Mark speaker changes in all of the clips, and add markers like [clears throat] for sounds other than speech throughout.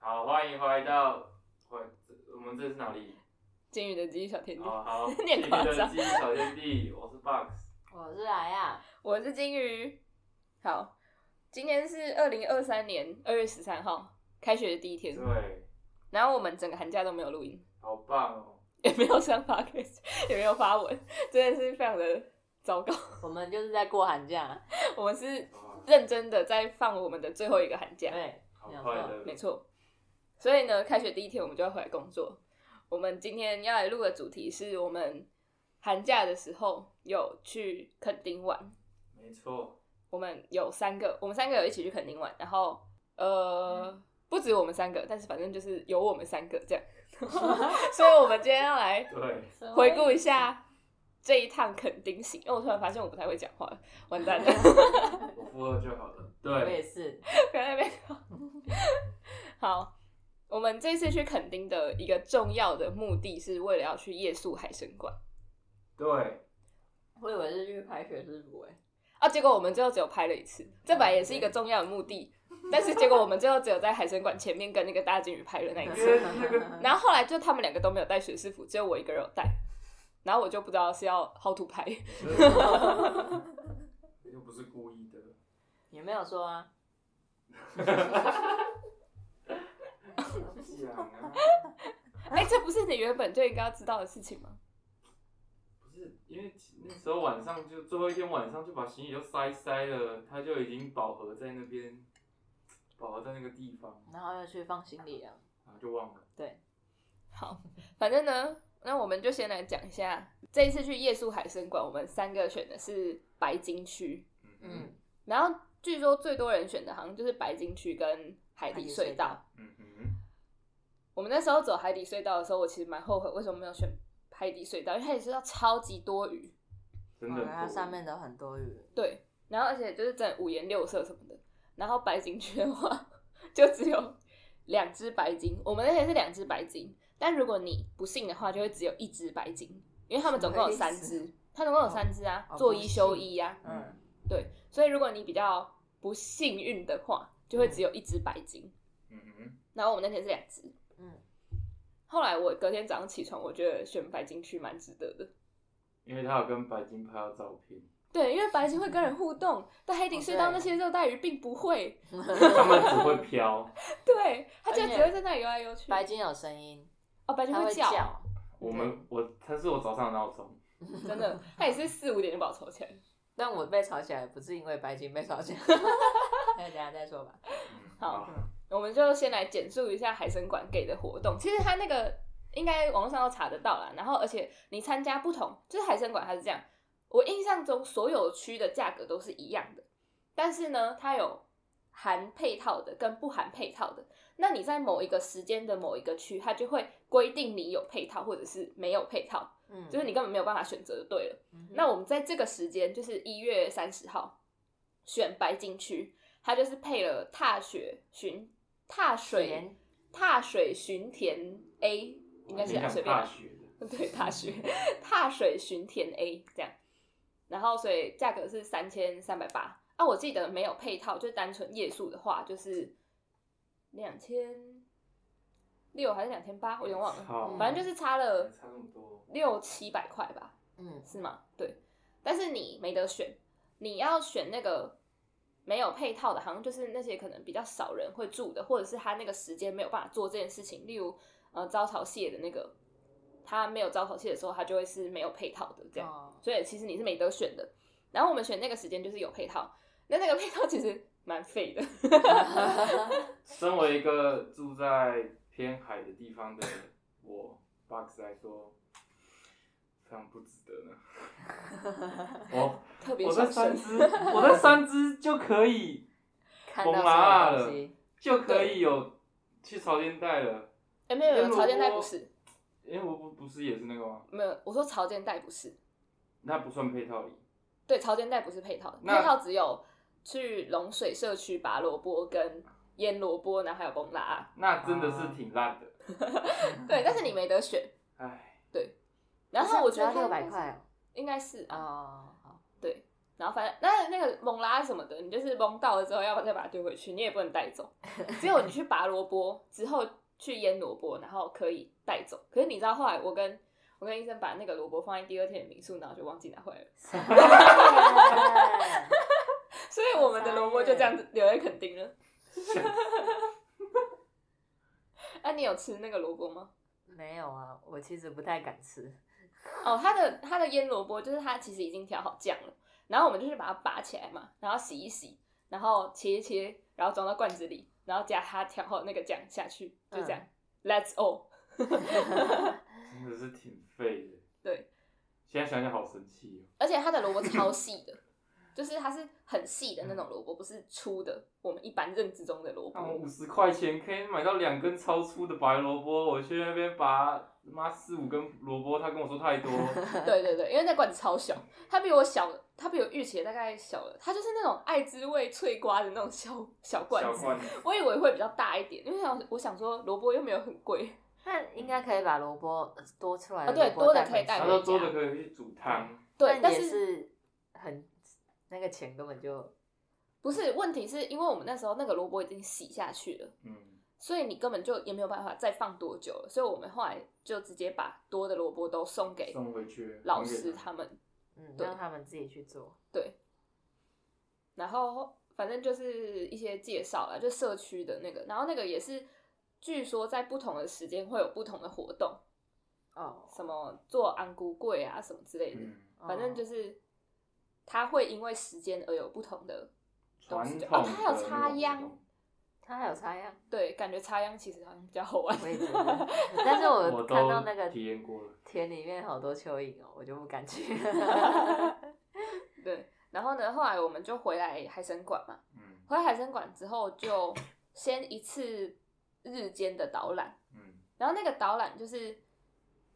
Speaker 1: 欢迎回到我我们这是哪里？
Speaker 2: 金鱼的记忆小天地，
Speaker 1: 哦，好，
Speaker 2: 念
Speaker 1: 今
Speaker 2: 夸
Speaker 1: 天的
Speaker 2: 张
Speaker 1: 记忆小天地，我是 Box，
Speaker 3: 我是来啊呀，
Speaker 2: 我是金鱼。好，今天是二零二三年二月十三号，开学的第一天，
Speaker 1: 对，
Speaker 2: 然后我们整个寒假都没有录音， [laughs]
Speaker 1: 好棒哦，
Speaker 2: 也没有上 p o d 也没有发文，真的是非常的糟糕。 [laughs]
Speaker 3: 我们就是在过寒假，
Speaker 2: 我们是
Speaker 1: 哇
Speaker 2: 认真的在放我们的最后一个寒假，
Speaker 3: 对，
Speaker 1: 好
Speaker 3: 没有
Speaker 1: 快
Speaker 3: 错
Speaker 1: 乐，
Speaker 2: 没错。所以呢，开学第一天我们就要回来工作。我们今天要来录的主题是我们寒假的时候有去垦丁玩，
Speaker 1: 没错，
Speaker 2: 我们有三个，我们三个有一起去垦丁玩，然后呃、不止我们三个，但是反正就是有我们三个这样。所以我们今天要来
Speaker 1: 对，
Speaker 2: 回顾一下这一趟垦丁行，哦因为我突然发现我不太会讲话了，完蛋了。 [laughs]
Speaker 1: 我附和就好了，
Speaker 3: 我也
Speaker 1: 对，
Speaker 3: 是，
Speaker 2: 不要在那边搞好，我们这次去垦丁的一个重要的目的是为了要去夜宿海参馆
Speaker 1: 对，
Speaker 3: 我以为是去拍学士服诶，
Speaker 2: 啊，结果我们最后只有拍了一次，这本来也是一个重要的目的，但是结果我们最后只有在海参馆前面跟那个大金鱼拍了那一
Speaker 1: 因
Speaker 3: [laughs]
Speaker 2: 次，
Speaker 1: 为那个
Speaker 2: 然后后来就他们两个都没有带学士服，只有我一个人有带，然后我就不知道是要 how to 拍，
Speaker 1: [laughs] 又不是故意的，
Speaker 3: 也没有说啊，
Speaker 1: 讲啊，
Speaker 2: 哎、这不是你原本就应该要知道的事情吗？
Speaker 1: 不是因为那时候晚上就最后一天晚上就把行李都塞一塞了，他就已经饱和在那边，饱和在那个地方，
Speaker 3: 然后又去放行李啊了，
Speaker 1: 然后就忘了，
Speaker 3: 对，
Speaker 2: 好，反正呢，那我们就先来讲一下这一次去夜宿海参馆，我们三个选的是白金区，
Speaker 1: 嗯
Speaker 3: 嗯，
Speaker 2: 然后据说最多人选的好像就是白金区跟海底
Speaker 3: 海
Speaker 2: 隧
Speaker 3: 底隧
Speaker 2: 道
Speaker 3: 道。
Speaker 1: 嗯嗯，
Speaker 2: 我们那时候走海底隧道的时候，我其实蛮后悔为什么没有选海底隧道，因为海底隧道超级多鱼，
Speaker 1: 真的
Speaker 3: 哦它
Speaker 1: 很
Speaker 3: 上
Speaker 1: 多。
Speaker 3: 面都很多鱼，
Speaker 2: 对，然后而且就是真的五颜六色什么的。然后白金区的话，就只有两只白金，我们那天是两只白金，但如果你不信的话，就会只有一只白金，因为他们总共有三
Speaker 3: 什么
Speaker 2: 只，它总共有三只啊，
Speaker 3: 哦
Speaker 2: 做一休一呀、啊，
Speaker 3: 嗯，
Speaker 2: 对，所以如果你比较不幸运的话，就会只有一只白金。
Speaker 1: 嗯嗯，
Speaker 2: 然后我们那天是两只，
Speaker 3: 嗯，
Speaker 2: 后来我隔天早上起床，我觉得选白金区蛮值得的。
Speaker 1: 因为他有跟白金拍到照
Speaker 2: [laughs]
Speaker 1: 片，
Speaker 2: 对，因为白金会跟人互动，但海底
Speaker 3: 哦
Speaker 2: 隧道
Speaker 3: 对
Speaker 2: 那些热带鱼并不会，
Speaker 1: 他们只会飘，
Speaker 2: [laughs] 对，它就
Speaker 3: 而
Speaker 2: 只
Speaker 3: 且
Speaker 2: 会在那里游来游去。
Speaker 3: 白鲸有声音，
Speaker 2: 哦，白金
Speaker 3: 它会
Speaker 2: 叫，
Speaker 3: 叫，
Speaker 1: 我们我他是我早上的闹钟，
Speaker 2: 真的，它也是四五点就把我抽起来。
Speaker 3: 但我被吵起来不是因为白鲸被吵起 [laughs] 来，那等一下再说吧，
Speaker 1: 嗯
Speaker 2: 好，我们就先来简述一下海参馆给的活动。其实它那个应该网络上都查得到啦。然后，而且你参加不同，就是海参馆它是这样，我印象中所有区的价格都是一样的，但是呢，它有含配套的跟不含配套的。那你在某一个时间的某一个区，它就会规定你有配套或者是没有配套，
Speaker 3: 嗯，
Speaker 2: 就是你根本没有办法选择就对了。
Speaker 3: 嗯哼，
Speaker 2: 那我们在这个时间，就是一月三十号，选白金区，它就是配了踏雪巡踏
Speaker 3: 水
Speaker 2: 水
Speaker 3: 盐
Speaker 2: 踏水巡田 A，应该是
Speaker 1: 你
Speaker 2: 啊
Speaker 1: 想
Speaker 2: 随便
Speaker 1: 大
Speaker 2: 啊，
Speaker 1: 学的，
Speaker 2: [laughs] 对踏雪踏水巡田 A 这样，然后所以价格是三千三百八。啊，我记得没有配套，就是单纯夜宿的话，就是两千六还是两千八，我有点忘了，
Speaker 1: 好，
Speaker 2: 反正就是差了
Speaker 1: 差那么多，
Speaker 2: 六七百块吧。
Speaker 3: 嗯，
Speaker 2: 是吗？对，但是你没得选，你要选那个没有配套的，好像就是那些可能比较少人会住的，或者是他那个时间没有办法做这件事情。例如，呃，招潮蟹的那个，他没有招潮蟹的时候，他就会是没有配套的这样。
Speaker 3: 哦
Speaker 2: 所以其实你是没得选的。然后我们选那个时间就是有配套，那那个配套其实蛮废的。 [laughs]
Speaker 1: 身为一个住在偏海的地方的我，Box 来说，非常不值得呢。
Speaker 2: [laughs]
Speaker 1: 我
Speaker 2: 特别
Speaker 1: 我
Speaker 2: 小
Speaker 1: 在三
Speaker 2: 声，
Speaker 1: 只，我在三只就可
Speaker 2: [laughs]
Speaker 1: 以
Speaker 3: [laughs] 看到
Speaker 1: 崩啦
Speaker 3: 什么
Speaker 1: 了
Speaker 3: 东西，
Speaker 1: 就可以有去潮间带了，
Speaker 2: 哎、没有没有，
Speaker 1: 那
Speaker 2: 潮间带
Speaker 1: 我
Speaker 2: 不是，
Speaker 1: 因为我不不是也是那个吗？
Speaker 2: 没有，我说潮间带不是，
Speaker 1: 那不算配套里，
Speaker 2: 对，潮间带不是配套的，
Speaker 1: 那
Speaker 2: 配套只有去龙水社区拔萝卜跟腌萝卜，然后还有崩
Speaker 3: [laughs]
Speaker 2: 拉。啊
Speaker 1: 那真的是挺烂的，
Speaker 2: 对，但是你没得选。
Speaker 1: 唉。
Speaker 2: 然后我觉得
Speaker 3: 只要六百块
Speaker 2: 应该是啊，
Speaker 3: [laughs] 哦，哦好
Speaker 2: 对。然后反正那那个蒙拉什么的，你就是蒙到了之后，要再把它丢回去，你也不能带
Speaker 3: [laughs]
Speaker 2: 走。只有你去拔萝卜之后去腌萝卜，然后可以带走。可是你知道后来我跟我跟医生把那个萝卜放在第二天的民宿，然后就忘记拿回来了，所以我们的萝卜就这样子留在垦丁了。那、啊你有吃那个萝卜吗？
Speaker 3: 没有啊，我其实不太敢吃。
Speaker 2: 哦，它的它的腌萝卜就是它其实已经调好酱了，然后我们就是把它拔起来嘛，然后洗一洗，然后切一切，然后装到罐子里，然后加它调好那个酱下去，就这样、l
Speaker 1: 嗯
Speaker 2: e t s all。
Speaker 1: 真的是挺废的。
Speaker 2: [laughs] 对，
Speaker 1: 现在想想好生气哦。
Speaker 2: 而且它的萝卜超细的，就是它是很细的那种萝卜，不是粗的，我们一般认知中的萝
Speaker 1: 哦那我
Speaker 2: 卜。
Speaker 1: 五十块钱可以买到两根超粗的白萝卜，我去那边拔妈四五根萝卜，他跟我说太多，
Speaker 2: 对对对，因为那罐子超小，它比我小，它比我预期的大概小了，它就是那种爱之味脆瓜的那种小小罐
Speaker 1: 小
Speaker 2: 子。
Speaker 1: 罐子
Speaker 2: 我以为会比较大一点，因为想我想说萝卜又没有很贵，
Speaker 3: 那应该可以把萝卜多出来
Speaker 2: 哦对
Speaker 3: 萝卜
Speaker 2: 多的
Speaker 3: 回
Speaker 2: 可以带
Speaker 1: 他
Speaker 3: 家
Speaker 2: 回
Speaker 1: 说多的可以去煮汤，
Speaker 2: 对，但
Speaker 3: 也
Speaker 2: 是
Speaker 3: 是很那个钱根本就
Speaker 2: 不是问题是因为我们那时候那个萝卜已经洗下去了，
Speaker 1: 嗯，
Speaker 2: 所以你根本就也没有办法再放多久了，所以我们后来就直接把多的萝卜都送给
Speaker 1: 送回去
Speaker 2: 老
Speaker 1: 还给
Speaker 2: 师他们，
Speaker 3: 嗯
Speaker 2: 对
Speaker 3: 让他们自己去做。
Speaker 2: 对，然后反正就是一些介绍啦，就社区的那个，然后那个也是据说在不同的时间会有不同的活动，
Speaker 3: 哦，
Speaker 2: 什么做安菇柜啊什么之类的，
Speaker 1: 嗯，
Speaker 3: 哦
Speaker 2: 反正就是它会因为时间而有不同的东
Speaker 1: 传
Speaker 2: 西。
Speaker 1: 统
Speaker 2: 哦，
Speaker 1: 的
Speaker 2: 它还有插
Speaker 1: 那种
Speaker 2: 秧，
Speaker 3: 他还有插
Speaker 2: [laughs]
Speaker 3: 秧，
Speaker 2: 对，感觉插秧其实好像比较好玩。
Speaker 3: 我也觉得。但是
Speaker 1: 活动，
Speaker 3: 我
Speaker 1: 我
Speaker 3: 看到那个
Speaker 1: 都体验过了，
Speaker 3: 田里面好多蚯蚓哦，我就不
Speaker 2: [laughs]
Speaker 3: 敢去。
Speaker 2: 对，然后呢，后来我们就回来海参馆嘛，
Speaker 1: 嗯
Speaker 2: 回来海参馆之后就先一次日间的导览，
Speaker 1: 嗯，
Speaker 2: 然后那个导览就是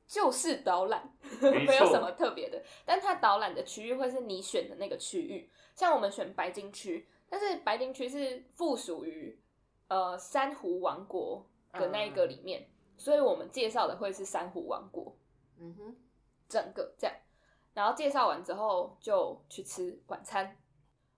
Speaker 2: 就是导
Speaker 3: [laughs]
Speaker 2: 览，
Speaker 1: 没
Speaker 2: 没有
Speaker 1: 错
Speaker 2: 什么特别的，但它导览的区域会是你选的那个区域，像我们选白金区，但是白金区是附属于呃珊瑚王国的那一个里面，所以我们介绍的会是珊瑚王国。
Speaker 3: 嗯哼，
Speaker 2: 整个这样。然后介绍完之后就去吃晚餐。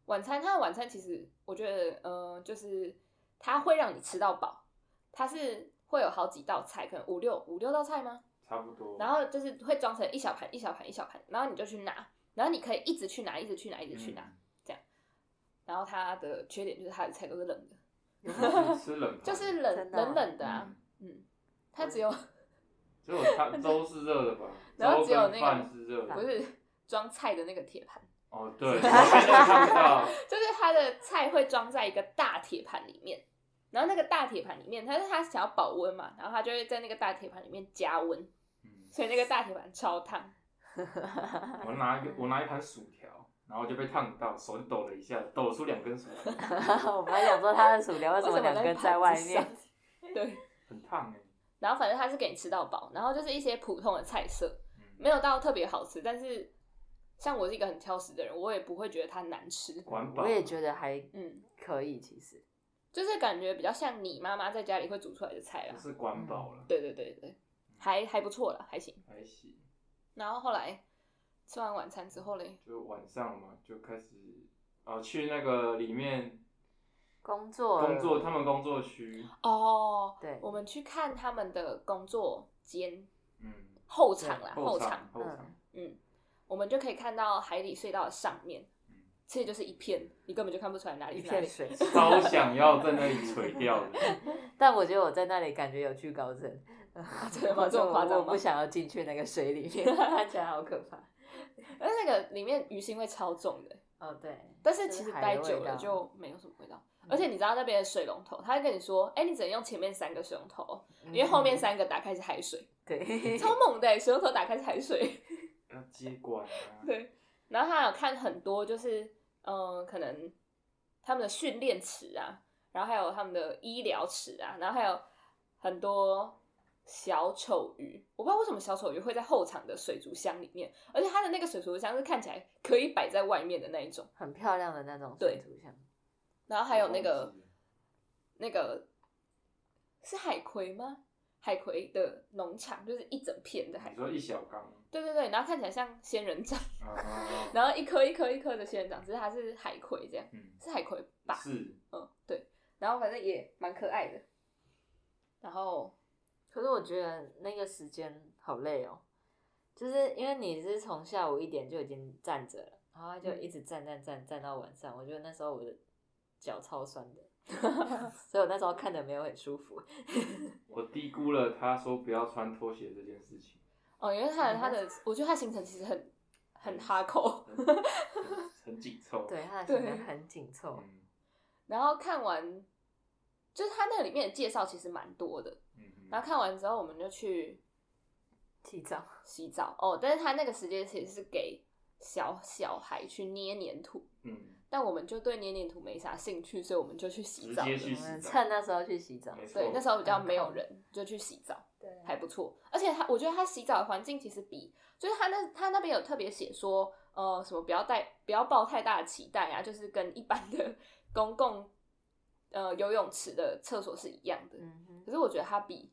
Speaker 2: 晚餐，它的晚餐其实我觉得，呃，就是它会让你吃到饱，它是会有好几道菜，可能五六五六道菜吗？
Speaker 1: 差不多，
Speaker 2: 然后就是会装成一小盘一小盘一小盘，然后你就去拿，然后你可以一直去拿，一直去拿，一直去拿。
Speaker 1: 嗯
Speaker 2: 然后它的缺点就是它的菜都是冷的，
Speaker 1: 吃吃冷盘，
Speaker 2: 就是
Speaker 3: 真
Speaker 2: 冷
Speaker 3: 的啊
Speaker 2: 冷冷的啊，
Speaker 1: 嗯
Speaker 2: 嗯，它只有
Speaker 1: 只有
Speaker 2: [laughs]
Speaker 1: 它粥是热的吧，
Speaker 2: 然后
Speaker 1: 粥
Speaker 2: 只有
Speaker 1: 跟
Speaker 2: 那个
Speaker 1: 饭是热
Speaker 2: 不
Speaker 1: 的，
Speaker 2: 是装菜的那个铁盘。
Speaker 1: 哦
Speaker 2: [laughs]
Speaker 1: 对，我现在看到，
Speaker 2: 就是它的菜会装在一个大铁盘里面，然后那个大铁盘里面，它是它想要保温嘛，然后它就会在那个大铁盘里面加温，
Speaker 1: 嗯
Speaker 2: 所以那个大铁盘超烫。
Speaker 1: 我拿一个我拿一盘薯条，然后就被烫到，手就抖了一下，抖出两根薯条，
Speaker 2: [laughs]
Speaker 3: 我本来想说他的薯条为
Speaker 2: 为
Speaker 3: 什
Speaker 2: 什么
Speaker 3: 么哦两根在外面？
Speaker 2: 盘子上？ [laughs] 对，
Speaker 1: 很烫哎、
Speaker 2: 然后反正它是给你吃到饱，然后就是一些普通的菜色，
Speaker 1: 嗯，
Speaker 2: 没有到特别好吃，但是像我是一个很挑食的人，我也不会觉得它难吃。
Speaker 1: 管饱，
Speaker 3: 我也觉得还
Speaker 2: 嗯，
Speaker 3: 可以，其实。
Speaker 2: 就是感觉比较像你妈妈在家里会煮出来的菜啦
Speaker 3: 嗯
Speaker 1: 就。是管饱了，
Speaker 2: 嗯对对对对，还还不错啦，还行。
Speaker 1: 还行。
Speaker 2: 然后后来吃完晚餐之后嘞，
Speaker 1: 就晚上嘛，就开始啊、去那个里面
Speaker 3: 工作了
Speaker 1: 工作，他们工作区，
Speaker 2: 哦，
Speaker 3: 对
Speaker 2: 我们去看他们的工作间
Speaker 1: 嗯，
Speaker 2: 后场啦，
Speaker 1: 后
Speaker 2: 场，
Speaker 1: 后场，
Speaker 2: 嗯，我们就可以看到海底隧道的上面
Speaker 1: 嗯，
Speaker 2: 其实就是一片，你根本就看不出来哪里
Speaker 3: 一
Speaker 2: 是哪
Speaker 3: 片
Speaker 2: 里。 [laughs]
Speaker 3: 水，
Speaker 1: 超想要在那里垂钓的， [laughs]
Speaker 3: 但我觉得我在那里感觉有惧高症，
Speaker 2: 啊
Speaker 3: [laughs]
Speaker 2: 真的吗这么夸张吗
Speaker 3: 我不想要进去那个水里
Speaker 2: [laughs]
Speaker 3: 面，看起来好可怕。
Speaker 2: 而那个里面鱼腥味超重的，
Speaker 3: 哦，对，
Speaker 2: 但是其实
Speaker 3: 就是海
Speaker 2: 待
Speaker 3: 的味
Speaker 2: 久了
Speaker 3: 道
Speaker 2: 就没有什么味道。
Speaker 3: 嗯
Speaker 2: 而且你知道那边的水龙头，他会跟你说，哎、你只能用前面三个水龙头哦，因为后面三个打开是海水，[laughs]
Speaker 3: 嗯对，
Speaker 2: 超猛的，水龙头打开是海水。
Speaker 1: 要接管啊，
Speaker 2: [laughs] 对，然后他有看很多，就是嗯、呃可能他们的训练池啊，然后还有他们的医疗池啊，然后还有很多小丑鱼。我不知道为什么小丑鱼会在后场的水族箱里面，而且它的那个水族箱是看起来可以摆在外面的那一种。
Speaker 3: 很漂亮的那种
Speaker 2: 对
Speaker 3: 水族箱，
Speaker 2: 然后还有那
Speaker 1: 我
Speaker 2: 个
Speaker 1: 忘记了
Speaker 2: 那个是海葵吗？海葵的农场，就是一整片的海
Speaker 1: 你
Speaker 2: 葵
Speaker 1: 说，一小缸
Speaker 2: [laughs] 对对对，然后看起来像仙人掌， [laughs]
Speaker 1: 啊，
Speaker 2: 然后一颗一颗一颗的仙人掌，只是它是海葵这样，
Speaker 1: 嗯，
Speaker 2: [laughs] 是海葵吧？
Speaker 1: 是
Speaker 2: 嗯，对，然后反正也蛮可爱的，然后
Speaker 3: 可是我觉得那个时间好累哦，就是因为你是从下午一点就已经站着了，然后
Speaker 2: 嗯
Speaker 3: 就一直站站站站到晚上。我觉得那时候我的脚超酸的， [laughs] 所以我那时候看的没有很舒服。
Speaker 1: 我低估了他说不要穿拖鞋这件事
Speaker 2: [laughs]
Speaker 1: 情，
Speaker 2: 哦，因为它的
Speaker 3: 嗯
Speaker 2: 它的，我觉得它行程其实很很哈口，
Speaker 1: 很很很紧凑，
Speaker 3: 对，它的
Speaker 2: 对
Speaker 3: 行程很
Speaker 2: [laughs]
Speaker 3: 紧凑。
Speaker 1: 嗯，
Speaker 2: 然后看完，就是它那里面的介绍其实蛮多的，
Speaker 1: 嗯嗯，
Speaker 2: 然后看完之后我们就去
Speaker 3: 气澡，
Speaker 2: 洗澡哦，但是它那个时间其实是给小小孩去捏黏土，
Speaker 1: 嗯，
Speaker 2: 但我们就对捏黏土没啥兴趣，所以我们就去洗
Speaker 1: 直
Speaker 2: 澡
Speaker 1: 接
Speaker 2: 了。
Speaker 1: 去
Speaker 3: 我
Speaker 1: 洗
Speaker 3: 们
Speaker 1: 澡，
Speaker 3: 趁那时候去洗澡。
Speaker 1: 没错
Speaker 2: 对，那时候比较没有人，就去洗澡。
Speaker 3: 对
Speaker 2: 还不错。而且他，我觉得他洗澡的环境其实比，就是他那他那边有特别写说，呃，什么不要带不要抱太大的期待啊，就是跟一般的公共呃游泳池的厕所是一样的。
Speaker 3: 嗯哼，
Speaker 2: 可是我觉得它比，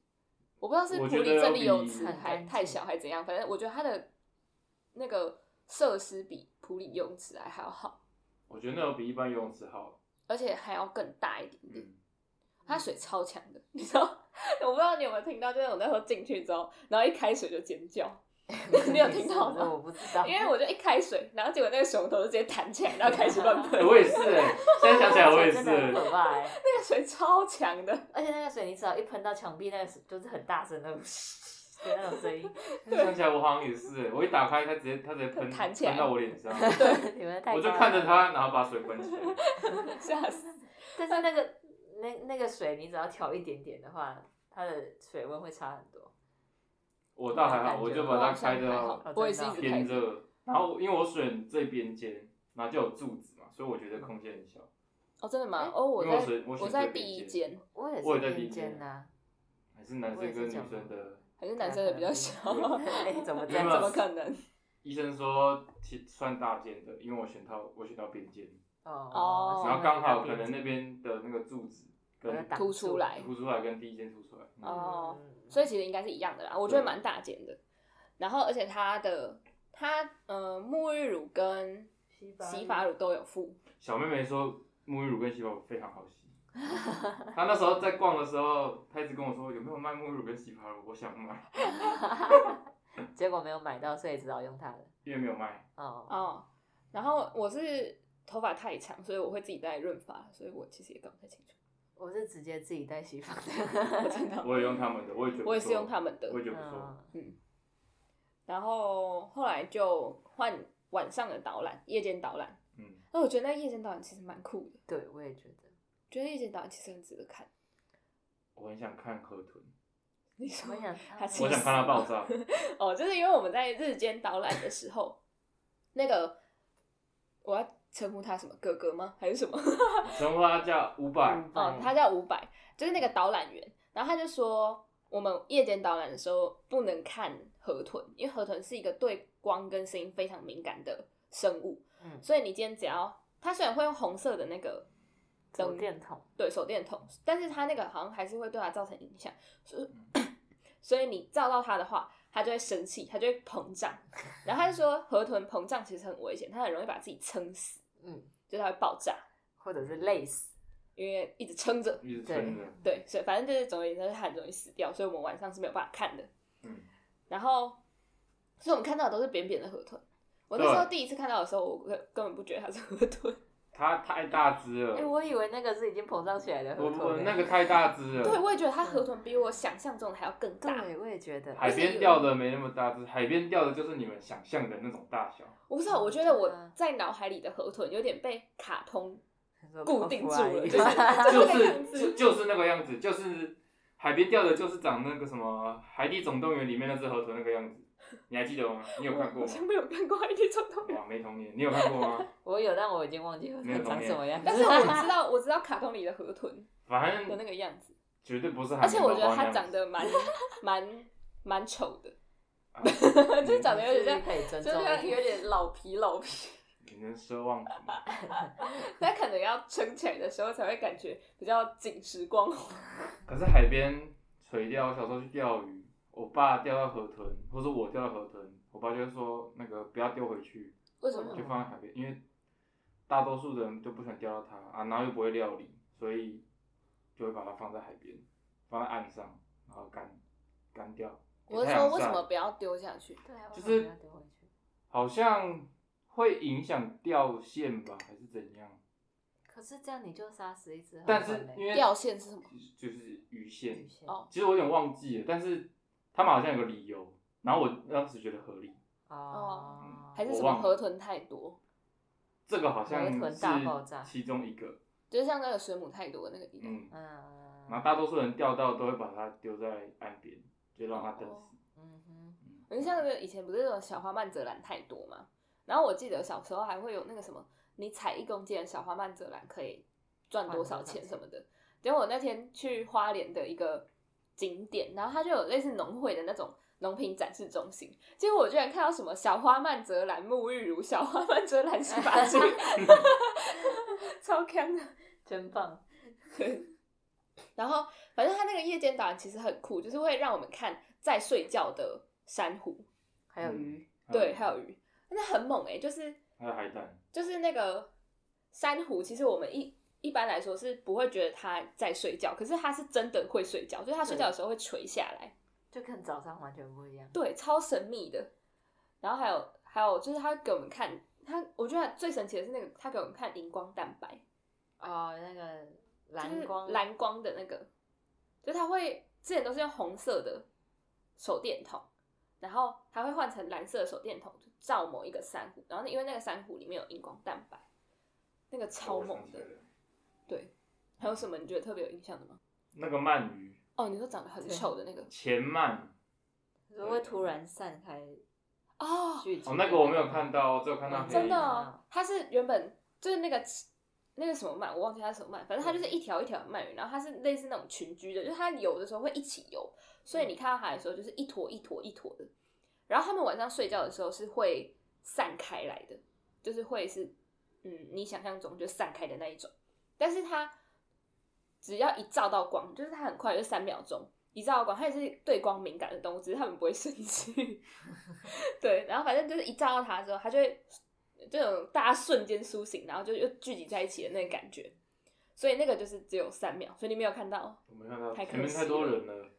Speaker 2: 我不知道是
Speaker 1: 我
Speaker 2: 普
Speaker 1: 觉得
Speaker 2: 里镇
Speaker 1: 有
Speaker 2: 立游
Speaker 1: 比
Speaker 2: 池
Speaker 3: 很干
Speaker 2: 还
Speaker 3: 净
Speaker 2: 太小还怎样，反正我觉得它的那个设施比普里游泳池还还要好，
Speaker 1: 我觉得那有比一般游泳池好，
Speaker 2: 而且还要更大一点点。
Speaker 1: 嗯，
Speaker 2: 它水超强的，你知道？ [laughs] 我不知道你有没有听到，就是我那时候进去之后，然后一开水就尖叫， [laughs] 你有听到吗
Speaker 3: 那我不知道，
Speaker 2: 因为我就一开水，然后结果那个熊头就直接弹起来，然后开始乱
Speaker 1: 哎 [laughs]
Speaker 2: 喷，
Speaker 1: 我也是哎，现在想起来我也
Speaker 3: 真的很
Speaker 1: 是，[laughs]
Speaker 2: 哦
Speaker 3: 可怕欸。
Speaker 2: 那个水超强的，
Speaker 3: 而且那个水，你只要一喷到墙壁，那个水就是很大声的 [laughs] 的那种声音。
Speaker 1: 想起来我好像也是哎，我一打开它直接它直接喷
Speaker 2: 弹起来
Speaker 1: 喷到我脸
Speaker 2: [laughs]
Speaker 1: 上，
Speaker 3: 你们太
Speaker 1: 我就
Speaker 3: 高
Speaker 1: 看着
Speaker 3: 了
Speaker 1: 它，然后把水关起来，
Speaker 2: 吓死！
Speaker 3: 但是那个那那个水，你只要调一点点的话，它的水温会差很多。
Speaker 1: 我倒还好，我就把它开
Speaker 2: 我哦好像还
Speaker 1: 的
Speaker 2: 好我也是一直开
Speaker 1: 偏
Speaker 2: 着。
Speaker 1: 热，然后因为我选最边间，然后就有柱子嘛，所以我觉得空间很小。
Speaker 2: 哦，真的吗
Speaker 3: 哎？
Speaker 2: 哦，我
Speaker 1: 因为我
Speaker 2: 在
Speaker 1: 选我选
Speaker 2: 在
Speaker 1: 最
Speaker 2: 第
Speaker 1: 边
Speaker 2: 一
Speaker 1: 间
Speaker 2: 间，
Speaker 3: 我也
Speaker 1: 我也
Speaker 3: 是
Speaker 1: 在
Speaker 3: 边
Speaker 1: 边
Speaker 3: 间
Speaker 1: 间
Speaker 2: 啊
Speaker 3: 呐、
Speaker 1: 还是男生跟女生的。
Speaker 2: 还是男生的比较 [laughs] 小，
Speaker 3: 哎、怎么这
Speaker 2: 怎
Speaker 1: 没有
Speaker 2: 么
Speaker 3: 样？ [laughs]
Speaker 2: 可能？
Speaker 1: 医生说其算大间的，因为我选到我选到边间，
Speaker 2: 哦
Speaker 1: 然后刚好可能那边的那个柱子跟
Speaker 3: 挡
Speaker 2: 凸
Speaker 3: 住
Speaker 2: 出来
Speaker 1: 凸出来跟第一间凸出来，嗯
Speaker 2: 哦
Speaker 3: 嗯
Speaker 2: 所以其实应该是一样的啦，我觉得
Speaker 1: 对
Speaker 2: 蛮大间的。然后而且它的它呃沐浴乳跟洗发乳都有附，
Speaker 1: 小妹妹说沐浴乳跟洗发乳非常好洗。她那时候在逛的时候，她一直跟我说有没有卖沐浴乳跟洗发乳，我想买，
Speaker 3: 结果没有买到，所以只好用它了。
Speaker 1: 因为没有卖。
Speaker 3: 哦，
Speaker 2: 哦，然后我是头发太长，所以我会自己带润发，所以我其实也搞不太清楚。
Speaker 3: 我是直接自己带洗发
Speaker 2: 我
Speaker 1: [laughs]
Speaker 3: 的。
Speaker 2: 真的，
Speaker 1: 我也用他们的，我也觉得
Speaker 2: 我也是用他
Speaker 1: 们
Speaker 2: 们的
Speaker 1: 我。也觉得不错。
Speaker 3: 嗯，
Speaker 2: 然后后来就换晚上的导览，夜间导览。
Speaker 1: 嗯，
Speaker 2: 那我觉得那夜间导览其实蛮酷的，
Speaker 3: 对，我也觉得。
Speaker 2: 觉得夜间导览其实很值得看。
Speaker 1: 我很想看河豚，
Speaker 2: 你说
Speaker 3: 我想
Speaker 2: 他气
Speaker 1: 我
Speaker 2: 死
Speaker 1: 想看它爆
Speaker 2: 了 [laughs]
Speaker 1: 炸。
Speaker 2: 哦，就是因为我们在日间导览的时候，那个我要称呼他什么哥哥吗？还是什么？
Speaker 1: 神花叫五百，嗯
Speaker 2: 哦，
Speaker 3: 嗯
Speaker 2: 他叫伍佰，就是那个导览员，然后他就说，我们夜间导览的时候不能看河豚，因为河豚是一个对光跟声音非常敏感的生物，
Speaker 3: 嗯
Speaker 2: 所以你今天只要它虽然会用红色的那个
Speaker 3: 手
Speaker 2: 灯，
Speaker 3: 电筒，
Speaker 2: 对手电筒，但是它那个好像还是会对它造成影响，所以
Speaker 3: 嗯
Speaker 2: [clears throat] 所以你照到它的话。它就会生气，它就会膨胀，然后他就说河豚膨胀其实很危险，它很容易把自己撑死，
Speaker 3: 嗯，
Speaker 2: 就是它会爆炸，
Speaker 3: 或者是累死。
Speaker 2: 因为一直撑着，
Speaker 1: 一直撑着，
Speaker 2: 对，所以反正就是总而言之，它很容易死掉，所以我们晚上是没有办法看的。
Speaker 1: 嗯，
Speaker 2: 然后，所以我们看到的都是扁扁的河豚。我那时候第一次看到的时候，我根根本不觉得它是河豚，
Speaker 1: 它太大只
Speaker 3: 哎、
Speaker 1: 了，
Speaker 3: 我以为那个是已经膨胀起来
Speaker 2: 哎
Speaker 3: 的
Speaker 1: 我
Speaker 3: 河
Speaker 1: 我
Speaker 3: 豚。
Speaker 1: 那个太大只
Speaker 2: 对
Speaker 1: 了，
Speaker 2: 我也觉得它河豚比我想象中的还要更大。
Speaker 3: 对，我也觉得。
Speaker 1: 海边钓的没那么大只，海边钓的就是你们想象的那种大小，
Speaker 2: 我不知道，我觉得我
Speaker 3: 对啊
Speaker 2: 在脑海里的河豚有点被卡通
Speaker 3: 说
Speaker 2: 固定住了，就是
Speaker 3: 泡芙阿姨
Speaker 2: 就是
Speaker 1: 就
Speaker 2: [laughs] 那个样
Speaker 1: 是就就是那个样子，就
Speaker 2: 子。
Speaker 1: 是海边钓的，就是长那个什么《海底总动员》里面那只河豚那个样子，你还记得吗？你有看过吗？
Speaker 2: 我好像没有看过《海底总动员》，
Speaker 1: 哇，没童年，你有看过吗？
Speaker 3: [laughs] 我有，但我已经忘记
Speaker 1: 没有
Speaker 3: 它
Speaker 1: 童
Speaker 3: 长
Speaker 1: 年
Speaker 3: 什么样子。
Speaker 2: [laughs] 但是我知道，我知道卡通里的河豚
Speaker 1: 反
Speaker 2: 的那
Speaker 1: 正
Speaker 2: 个样子，
Speaker 1: 绝对不是海
Speaker 2: 而且
Speaker 1: 绵
Speaker 2: 我
Speaker 1: 宝
Speaker 2: 觉得
Speaker 1: 宝那
Speaker 2: 它
Speaker 1: 样子。
Speaker 2: 长得蛮蛮蛮丑的，
Speaker 1: 啊，
Speaker 2: [laughs] 就是长得有点像
Speaker 3: 可以尊
Speaker 2: 就是
Speaker 3: 重一点。
Speaker 2: 有点老皮老皮，
Speaker 1: 你能奢望什么？
Speaker 2: 那可能要撑起来的时候才会感觉比较紧实光滑。
Speaker 1: 可是海边垂钓。我小时候去钓鱼，我爸钓到河豚，或者我钓到河豚，我爸就会说那个不要丢回去，
Speaker 2: 为什么
Speaker 1: 就？放在海边，因为大多数人就不想钓到它啊，然后又不会料理，所以就会把它放在海边，放在岸上，然后干干掉。
Speaker 2: 我是
Speaker 1: 给太阳
Speaker 2: 说为什
Speaker 1: 晒
Speaker 2: 么不要丢下去？
Speaker 3: 对啊，
Speaker 1: 就
Speaker 3: 为什么
Speaker 1: 是
Speaker 3: 你要丢回去
Speaker 1: 好像会影响掉线吧，还是怎样？
Speaker 3: 可是这样你就杀死一只河
Speaker 1: 但是
Speaker 3: 豚嘞
Speaker 1: 因为
Speaker 2: 掉线是什么？
Speaker 1: 就是鱼线
Speaker 3: 鱼，线
Speaker 2: 哦
Speaker 1: 其实我有点忘记了，但是他们好像有个理由，然后我当时觉得合理。
Speaker 3: 哦，
Speaker 2: 还是
Speaker 1: 我
Speaker 2: 什么
Speaker 1: 忘了
Speaker 2: 河豚太多？
Speaker 1: 这个好像
Speaker 3: 河豚大爆炸
Speaker 1: 是其中一个，
Speaker 2: 就是像那个水母太多的那个一样。
Speaker 1: 嗯，
Speaker 3: 嗯，
Speaker 1: 然后大多数人钓到都会把它丢在岸边，就让它等
Speaker 2: 哦
Speaker 1: 死。
Speaker 3: 嗯哼，
Speaker 1: 嗯
Speaker 2: 你像那个以前不是那种小花蔓泽兰太多嘛？然后我记得小时候还会有那个什么，你采一公斤的小花蔓泽兰可以赚多少钱什么的。结果我那天去花莲的一个景点，然后它就有类似农会的那种农品展示中心，结果我居然看到什么小花蔓泽兰沐浴乳、小花蔓泽兰洗发 [laughs] 精，超香的。
Speaker 3: 真棒，
Speaker 2: 对，然后反正它那个夜间导览其实很酷，就是会让我们看在睡觉的珊瑚，
Speaker 3: 还有鱼，
Speaker 2: 对，还有鱼，那很猛哎、就是
Speaker 1: 嗯还有海胆，
Speaker 2: 就是那个珊瑚，其实我们一一般来说是不会觉得它在睡觉，可是它是真的会睡觉，就是它睡觉的时候会垂下来，
Speaker 3: 就跟早上完全不一样。
Speaker 2: 对，超神秘的。然后还有还有就是它给我们看，它我觉得最神奇的是那个它给我们看荧光蛋白，
Speaker 3: 哦，那个
Speaker 2: 就是
Speaker 3: 蓝光，
Speaker 2: 蓝光的那个，就它会之前都是用红色的手电筒，然后它会换成蓝色的手电筒就照某一个珊瑚，然后因为那个珊瑚里面有荧光蛋白，那个超
Speaker 1: 哦我
Speaker 2: 猛
Speaker 1: 想起
Speaker 2: 的
Speaker 1: 来。了
Speaker 2: 对，还有什么你觉得特别有印象的吗？
Speaker 1: 那个鳗鱼，
Speaker 2: 哦，你说长得很
Speaker 3: 对
Speaker 2: 丑的那个
Speaker 1: 前鳗，
Speaker 3: 就会突然散开
Speaker 2: 哦，
Speaker 3: 聚集。
Speaker 1: 哦，那个我没有看，到，只有看到
Speaker 3: 嗯
Speaker 1: 黑
Speaker 2: 真的
Speaker 1: 影
Speaker 2: 哦，它是原本就是那个那个什么鳗，我忘记它是什么鳗，反正它就是一条一条的鳗鱼，然后它是类似那种群居的，就是它游的时候会一起游，所以你看到它的时候就是一坨一坨一坨的。然后它们晚上睡觉的时候是会散开来的，就是会是嗯你想象中就散开的那一种，但是它只要一照到光，就是它很快就三秒钟。一照到光，它也是对光敏感的动物，只是它们不会生气。 [laughs] 对，然后反正就是一照到它之后，它就会这种大家瞬间苏醒，然后就又聚集在一起的那个感觉。所以那个就是只有三秒，所以你没有看到，
Speaker 1: 我没看到，
Speaker 2: 太可
Speaker 1: 前面太
Speaker 2: 惜
Speaker 1: 多
Speaker 2: 了
Speaker 1: 人了，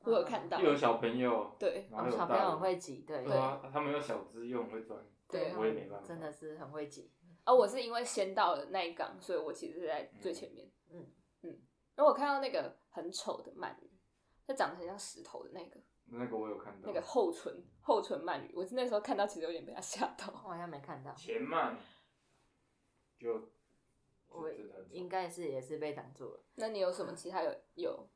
Speaker 2: 我有看到
Speaker 1: 啊又。有小朋友，
Speaker 2: 对，
Speaker 1: 然
Speaker 3: 哦
Speaker 1: 后又有大
Speaker 3: 小朋友
Speaker 1: 人
Speaker 3: 很会挤，对
Speaker 1: 对啊，他们有小只又很会钻，
Speaker 2: 对哦
Speaker 1: 我也没办法，
Speaker 3: 真的是很会挤。
Speaker 2: 而啊我是因为先到了那一缸，所以我其实是在最前面。
Speaker 3: 嗯
Speaker 2: 嗯，然后我看到那个很丑的鳗鱼，它长得很像石头的那个，
Speaker 1: 那个我有看到，
Speaker 2: 那个后唇后唇鳗鱼，我那时候看到其实有点被它吓
Speaker 3: 我
Speaker 2: 到。
Speaker 3: 好像没看到，
Speaker 1: 前慢就就真的很
Speaker 3: 我
Speaker 1: 丑
Speaker 3: 应该是也是被挡住了。
Speaker 2: [laughs] 那你有什么其他有有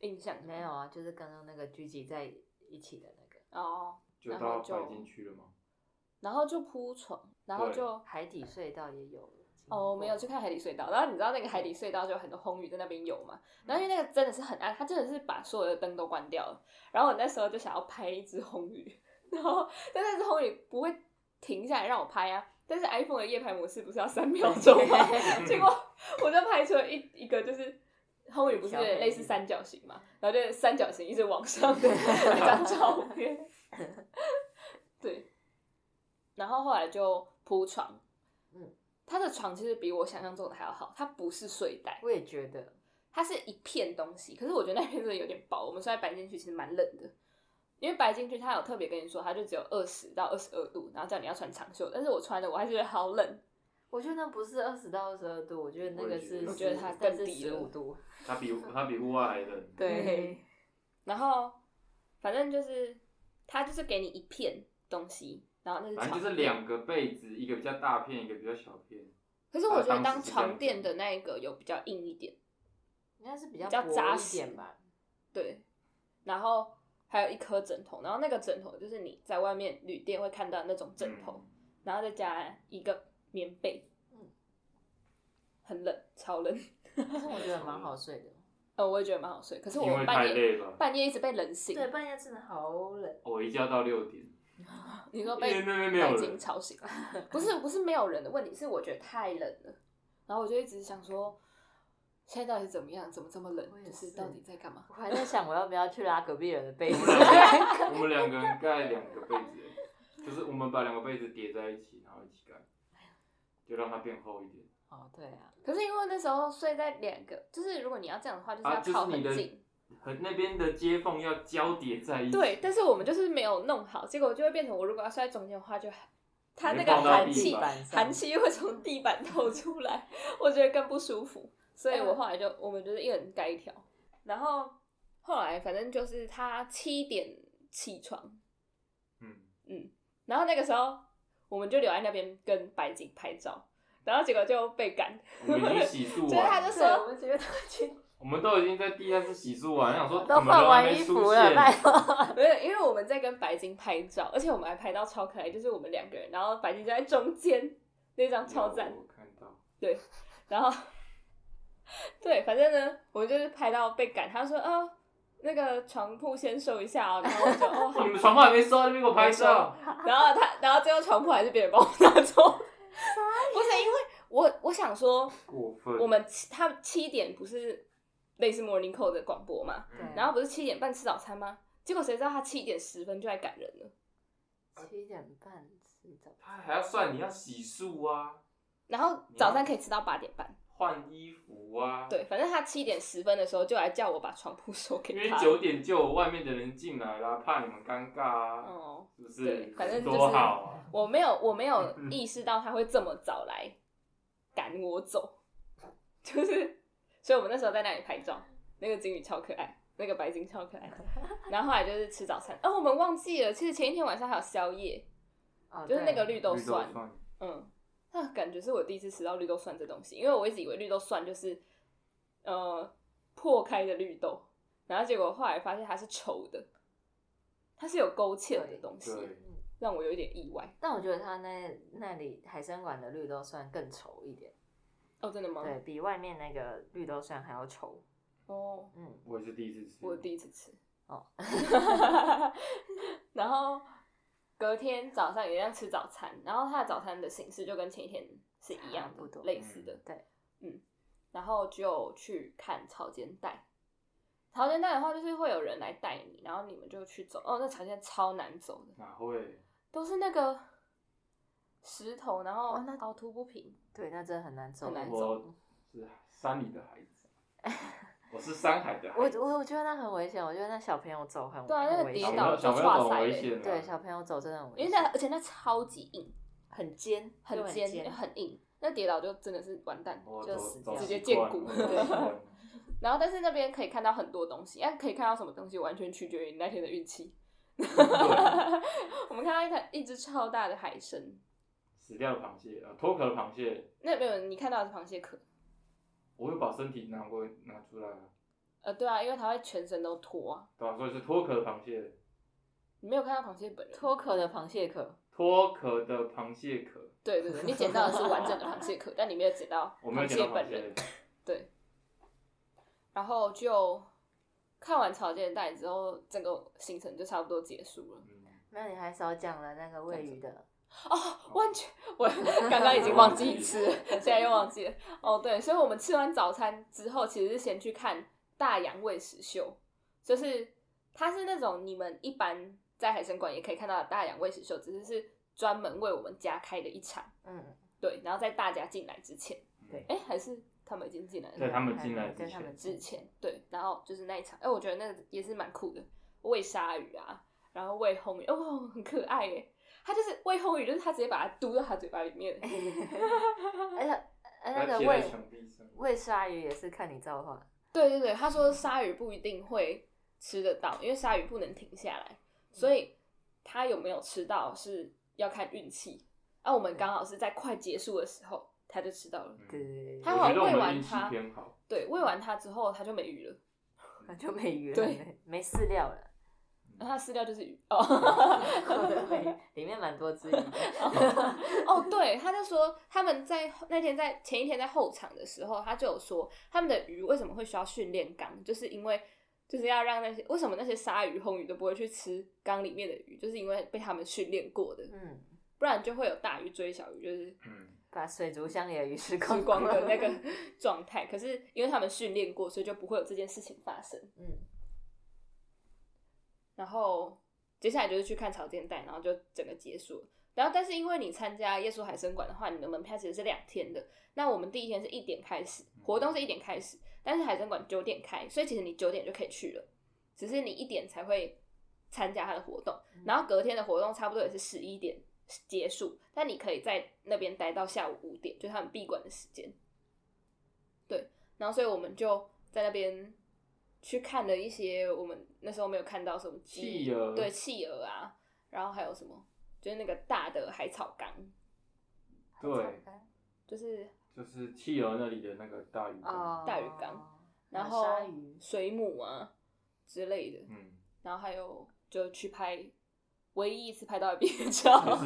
Speaker 2: 印象的吗？
Speaker 3: 没有啊，就是刚刚那个聚集在一起的那个
Speaker 2: 哦，
Speaker 1: 就
Speaker 2: 然
Speaker 1: 到
Speaker 2: 后
Speaker 1: 摆
Speaker 2: 就
Speaker 1: 进去了吗？
Speaker 2: 然后就铺床，然后
Speaker 1: 对
Speaker 2: 就
Speaker 3: 海底隧道也有经过。
Speaker 2: 哦，我没有去看海底隧道。然后你知道那个海底隧道就有很多红鱼在那边游嘛？然后因为那个真的是很暗，它真的是把所有的灯都关掉了。然后我那时候就想要拍一只红鱼，然后但那只红鱼不会停下来让我拍啊。但是 iPhone 的夜拍模式不是要三秒钟吗？结果我就拍出了一一个就是。红鱼不是有点类似三角形嘛，然后就是三角形一直往上的一张照片，对，然后后来就铺床，
Speaker 3: 嗯，
Speaker 2: 他的床其实比我想象中的还要好，它不是睡袋，
Speaker 3: 我也觉得，
Speaker 2: 它是一片东西。可是我觉得那片真的有点薄，我们睡在白进去其实蛮冷的，因为白进去它有特别跟你说，它就只有二十到二十二度，然后叫你要穿长袖，但是我穿的我还是觉得好冷，
Speaker 3: 我觉得那不是二十到二十二度，我觉得那
Speaker 1: 我也
Speaker 3: 个
Speaker 1: 觉得
Speaker 3: 是
Speaker 1: 我
Speaker 3: 10
Speaker 1: 觉得
Speaker 2: 它
Speaker 3: 但
Speaker 2: 更
Speaker 3: 是
Speaker 2: 低
Speaker 3: 十
Speaker 2: 了
Speaker 3: 五度。
Speaker 1: 他比他比户外还冷，
Speaker 2: 对，然后反正就是它就是给你一片东西，然后那是
Speaker 1: 反
Speaker 2: 床，
Speaker 1: 正就是两个被子，一个比较大片，一个比较小片，
Speaker 2: 可是我觉得
Speaker 1: 当
Speaker 2: 当
Speaker 1: 时是这样
Speaker 2: 床垫
Speaker 1: 讲
Speaker 2: 的那一个有比较硬一点。
Speaker 3: 应该是比较
Speaker 2: 比较
Speaker 3: 薄
Speaker 2: 扎
Speaker 3: 一
Speaker 2: 实
Speaker 3: 点吧。
Speaker 2: 对，然后还有一颗枕头，然后那个枕头就是你在外面旅店会看到那种枕
Speaker 1: 嗯
Speaker 2: 头，然后再加一个棉被，
Speaker 3: 嗯
Speaker 2: 很冷，超冷，
Speaker 3: 但是我觉得蛮好睡的。
Speaker 2: 呃，我也觉得蛮好睡，可是
Speaker 1: 因
Speaker 2: 我
Speaker 1: 为太
Speaker 2: 半夜
Speaker 1: 累了，哦
Speaker 2: 半夜一直被冷醒，
Speaker 3: 半夜真的好冷。
Speaker 1: 我一觉到六点，
Speaker 2: 你说
Speaker 1: 因
Speaker 2: 被
Speaker 1: 为那边没
Speaker 2: 北
Speaker 1: 有
Speaker 2: 京
Speaker 1: 人，
Speaker 2: 吵醒，不是不是没有人的问题，是我觉得太冷了，然后我就一直想说，现在到底是怎么样？怎么这么冷
Speaker 3: 我？也
Speaker 2: 就是
Speaker 3: 是
Speaker 2: 到底在干嘛？
Speaker 3: 我还在想我要不要去拉隔壁人的被子。
Speaker 1: 我们两个人盖两个被子欸，就是我们把两个被子叠在一起，然后一起盖，就让它变厚一点。
Speaker 3: 哦， [laughs] 对啊，
Speaker 2: 可是因为那时候睡在两个，就是如果你要这样的话，就是
Speaker 1: 啊，
Speaker 2: 要
Speaker 1: 就
Speaker 2: 靠
Speaker 1: 是
Speaker 2: 很
Speaker 1: 你的
Speaker 2: 近。
Speaker 1: 和那边的接缝要交叠在一起。
Speaker 2: 对，但是我们就是没有弄好，结果就会变成我如果要睡在中间的话，就它那
Speaker 1: 你
Speaker 2: 个
Speaker 1: 碰到
Speaker 2: 寒
Speaker 1: 地
Speaker 2: 气
Speaker 1: 板
Speaker 2: 寒气会从地板透出来， [laughs] 我觉得更不舒服，所以我后来就我们就是一人盖一条，然后后来反正就是他七点起床，
Speaker 1: 嗯，
Speaker 2: 然后那个时候我们就留在那边跟白景拍照，然后结果就被赶，
Speaker 1: 我们已经洗漱
Speaker 2: 所以他
Speaker 1: 完
Speaker 2: 就
Speaker 1: 了，
Speaker 2: 说
Speaker 3: 我们觉得 [laughs]
Speaker 1: 我们都已经在地下室洗漱完，想说
Speaker 3: 啊都
Speaker 1: 怎么
Speaker 3: 换
Speaker 1: 了还
Speaker 3: 完
Speaker 1: 没
Speaker 3: 衣
Speaker 1: 出
Speaker 3: 服了，
Speaker 1: 现？
Speaker 3: 拜托。
Speaker 2: 没有，因为我们在跟白金拍照，而且我们还拍到超可爱，就是我们两个人，然后白金就在中间，那张 [laughs] 超赞。
Speaker 1: 我看到，
Speaker 2: 然后，对，反正呢，我们就是拍到被赶，他说啊、那个床铺先收一下哦，然后我就哦 [laughs] 好
Speaker 1: 你，们床铺还没收，那边给我拍照。
Speaker 2: 然后他，然后最后床铺还是别人帮我拿走， [laughs] 不是因为我我想说，
Speaker 1: 过分。
Speaker 2: 我们七他七点不是类似 morning call 的广播嘛，
Speaker 1: 嗯
Speaker 2: 然后不是七点半吃早餐吗？结果谁知道他七点十分就来赶人了。
Speaker 3: [laughs] 七点半吃早餐，
Speaker 1: 他还要算你要洗漱啊，
Speaker 2: 然后早餐可以吃到八点半。
Speaker 1: 换衣服啊。。
Speaker 2: 对，反正他七点十分的时候就来叫我把床铺收
Speaker 1: 因
Speaker 2: 给
Speaker 1: 为
Speaker 2: 他。
Speaker 1: 九点就有外面的人进来啦，怕你们尴尬啊，
Speaker 2: 哦，
Speaker 1: 是不
Speaker 2: 对
Speaker 1: 是？
Speaker 2: 反正就是
Speaker 1: 多好啊！
Speaker 2: 我没有，我没有意识到他会这么早来赶我走， [laughs] 就是，所以我们那时候在那里拍照，那个金鱼超可爱，那个白金超可爱。然后后来就是吃早餐，哦，我们忘记了，其实前一天晚上还有宵夜，
Speaker 3: 哦
Speaker 2: 就是那个
Speaker 3: 对
Speaker 2: 绿豆
Speaker 1: 绿
Speaker 2: 蒜，
Speaker 1: 蒜
Speaker 2: 嗯，那感觉是我第一次吃到绿豆蒜这东西，因为我一直以为绿豆蒜就是呃破开的绿豆，然后结果后来发现它是稠的，它是有勾芡的东西，
Speaker 1: 对，
Speaker 3: 嗯
Speaker 2: 让我有一点意外。
Speaker 3: 但我觉得他那那里海参馆的绿豆蒜更稠一点，
Speaker 2: 哦，真的吗？
Speaker 3: 对比外面那个绿豆蒜还要稠。
Speaker 2: 哦，
Speaker 3: 嗯，
Speaker 1: 我也是第一次吃。
Speaker 2: 我第一次吃。
Speaker 3: 哦，
Speaker 2: [laughs] 然后隔天早上也一样吃早餐，然后它的早餐的形式就跟前一天是一样
Speaker 3: 差不
Speaker 2: 的，
Speaker 3: 多
Speaker 2: 类似的。
Speaker 1: 嗯
Speaker 3: 对，
Speaker 2: 嗯，然后就去看草间带。草间带的话，就是会有人来带你，然后你们就去走。哦，那草间带超难走的，
Speaker 1: 哪会？
Speaker 2: 都是那个石头，然后
Speaker 3: 哦那
Speaker 2: 凹凸不平。
Speaker 3: 对，那真的很难走。
Speaker 2: 很难
Speaker 1: 我是山里的孩子，我是山海的
Speaker 3: 我
Speaker 2: [laughs]
Speaker 1: 孩子。
Speaker 3: 我我觉得那很危险，我觉得那小朋友走很
Speaker 2: 对啊，那
Speaker 3: 很
Speaker 2: 个
Speaker 3: 危
Speaker 2: 跌
Speaker 1: 小
Speaker 3: 险
Speaker 2: 倒
Speaker 1: 朋友
Speaker 2: 就
Speaker 1: 小朋友
Speaker 2: 哇
Speaker 1: 很
Speaker 2: 塞
Speaker 1: 危
Speaker 2: 嘞
Speaker 1: 险啊
Speaker 3: 对小朋友走真的很危
Speaker 2: 因为
Speaker 3: 险，
Speaker 2: 那而且那超级硬，
Speaker 3: 很尖，
Speaker 2: 很
Speaker 3: 就
Speaker 2: 尖，
Speaker 3: 尖，
Speaker 2: 很硬。那跌倒就真的是完蛋。
Speaker 1: 我
Speaker 3: 就
Speaker 1: 走
Speaker 3: 死
Speaker 1: 走
Speaker 3: 掉
Speaker 1: 习
Speaker 2: 直接见
Speaker 1: 惯
Speaker 2: 骨
Speaker 1: 了我走习惯了
Speaker 2: 然后，但是那边可以看到很多东西，哎但可以看到什么东西，完全取决于你那天的运
Speaker 1: [laughs]
Speaker 2: 气。
Speaker 1: 对，
Speaker 2: 我们看到一台一只超大的海参，
Speaker 1: 死掉的螃蟹，呃，脱壳的螃蟹，
Speaker 2: 那没有你看到的是螃蟹壳，
Speaker 1: 我会把身体拿过拿出来啊，
Speaker 2: 呃，对啊，因为它会全身都脱啊。
Speaker 1: 对吧？所以是脱壳的螃蟹，
Speaker 2: 你没有看到螃蟹本人，
Speaker 3: 脱壳的螃蟹壳，
Speaker 1: 脱壳的螃蟹壳，
Speaker 2: 对对对，你捡到的是完整的螃蟹壳，但你没有捡到
Speaker 1: [laughs] 我没有捡
Speaker 2: 蟹
Speaker 1: 到螃
Speaker 2: 本
Speaker 1: 蟹
Speaker 2: 人。。对，然后就看完草间带之后，整个行程就差不多结束了。
Speaker 1: 嗯，
Speaker 3: 那你还少讲了那个喂鱼的，
Speaker 2: 哦，完全， [laughs] 我刚刚已经忘记吃了， [laughs] 现在又忘记了。哦，对，所以我们吃完早餐之后，其实是先去看大洋喂食秀，就是它是那种你们一般在海参馆也可以看到的大洋喂食秀，只是是专门为我们家开的一场。
Speaker 3: 嗯，
Speaker 2: 对，然后在大家进来之前，
Speaker 1: 嗯
Speaker 3: 对
Speaker 2: 哎，还是他们已经进来了。
Speaker 1: 对他们进来之
Speaker 3: 对他
Speaker 1: 前
Speaker 3: 们
Speaker 2: 嗯之前，对，然后就是那一场，哎、我觉得那个也是蛮酷的，喂鲨鱼啊，然后喂红鱼，哦， [laughs] 很可爱耶。他就是喂红鱼，就是他直接把它嘟到他嘴巴里面，
Speaker 3: 而且呃那
Speaker 1: 要
Speaker 3: 个
Speaker 1: 贴在
Speaker 3: 喂
Speaker 1: 墙壁上。
Speaker 3: 喂鲨鱼也是看你造化，
Speaker 2: 对对对，他说鲨鱼不一定会吃得到，因为鲨鱼不能停下来，所以他有没有吃到是要看运气。那、我们刚好是在快结束的时候，他就吃到了。
Speaker 3: 对
Speaker 1: 嗯，
Speaker 3: 对对
Speaker 2: 他
Speaker 1: 我
Speaker 2: 好像
Speaker 1: 觉得我
Speaker 2: 喂
Speaker 1: 们
Speaker 2: 完
Speaker 1: 运气
Speaker 2: 它
Speaker 1: 偏好，
Speaker 2: 对，喂完它之后，他就没鱼了，
Speaker 3: 对，就没鱼了
Speaker 2: 对，
Speaker 3: 没饲料
Speaker 2: [laughs]
Speaker 3: 了，
Speaker 2: 然后它饲料就是鱼哦。 [laughs]
Speaker 3: 对，里面蛮多只鱼的，
Speaker 2: [laughs] 哦，对，他就说他们在那天在前一天在后场的时候，他就有说他们的鱼为什么会需要训练缸，就是因为就是要让那些为什么那些鲨鱼、红鱼都不会去吃缸里面的鱼，就是因为被他们训练过的，
Speaker 3: 嗯，
Speaker 2: 不然就会有大鱼追小鱼，就是
Speaker 1: 嗯，
Speaker 3: 把水族箱里的鱼吃
Speaker 2: 之
Speaker 3: 光
Speaker 2: 光的那个 [laughs] 状态。可是因为他们训练过，所以就不会有这件事情发生。
Speaker 3: 嗯，
Speaker 2: 然后接下来就是去看潮间带，然后就整个结束了。然后，但是因为你参加耶稣海参馆的话，你的门票其实是两天的。那我们第一天是一点开始，活动是一点开始，但是海参馆九点开，所以其实你九点就可以去了，只是你一点才会参加它的活动。然后隔天的活动差不多也是十一点结束，但你可以在那边待到下午五点，就是他们闭馆的时间。对，然后所以我们就在那边去看了一些我们那时候没有看到什么鸡
Speaker 1: 企鹅
Speaker 2: 对企鹅啊，然后还有什么就是那个大的海草缸，
Speaker 1: [laughs] 对，
Speaker 2: 就是
Speaker 1: 就是企鹅那里的那个大鱼
Speaker 3: 哦，
Speaker 1: 缸，
Speaker 2: 大鱼缸，然
Speaker 3: 还有
Speaker 2: 后
Speaker 3: 鲨鱼，
Speaker 2: 水母啊之类的，
Speaker 1: 嗯，
Speaker 2: 然后还有就去拍唯一一次拍到的毕 [laughs] 业照，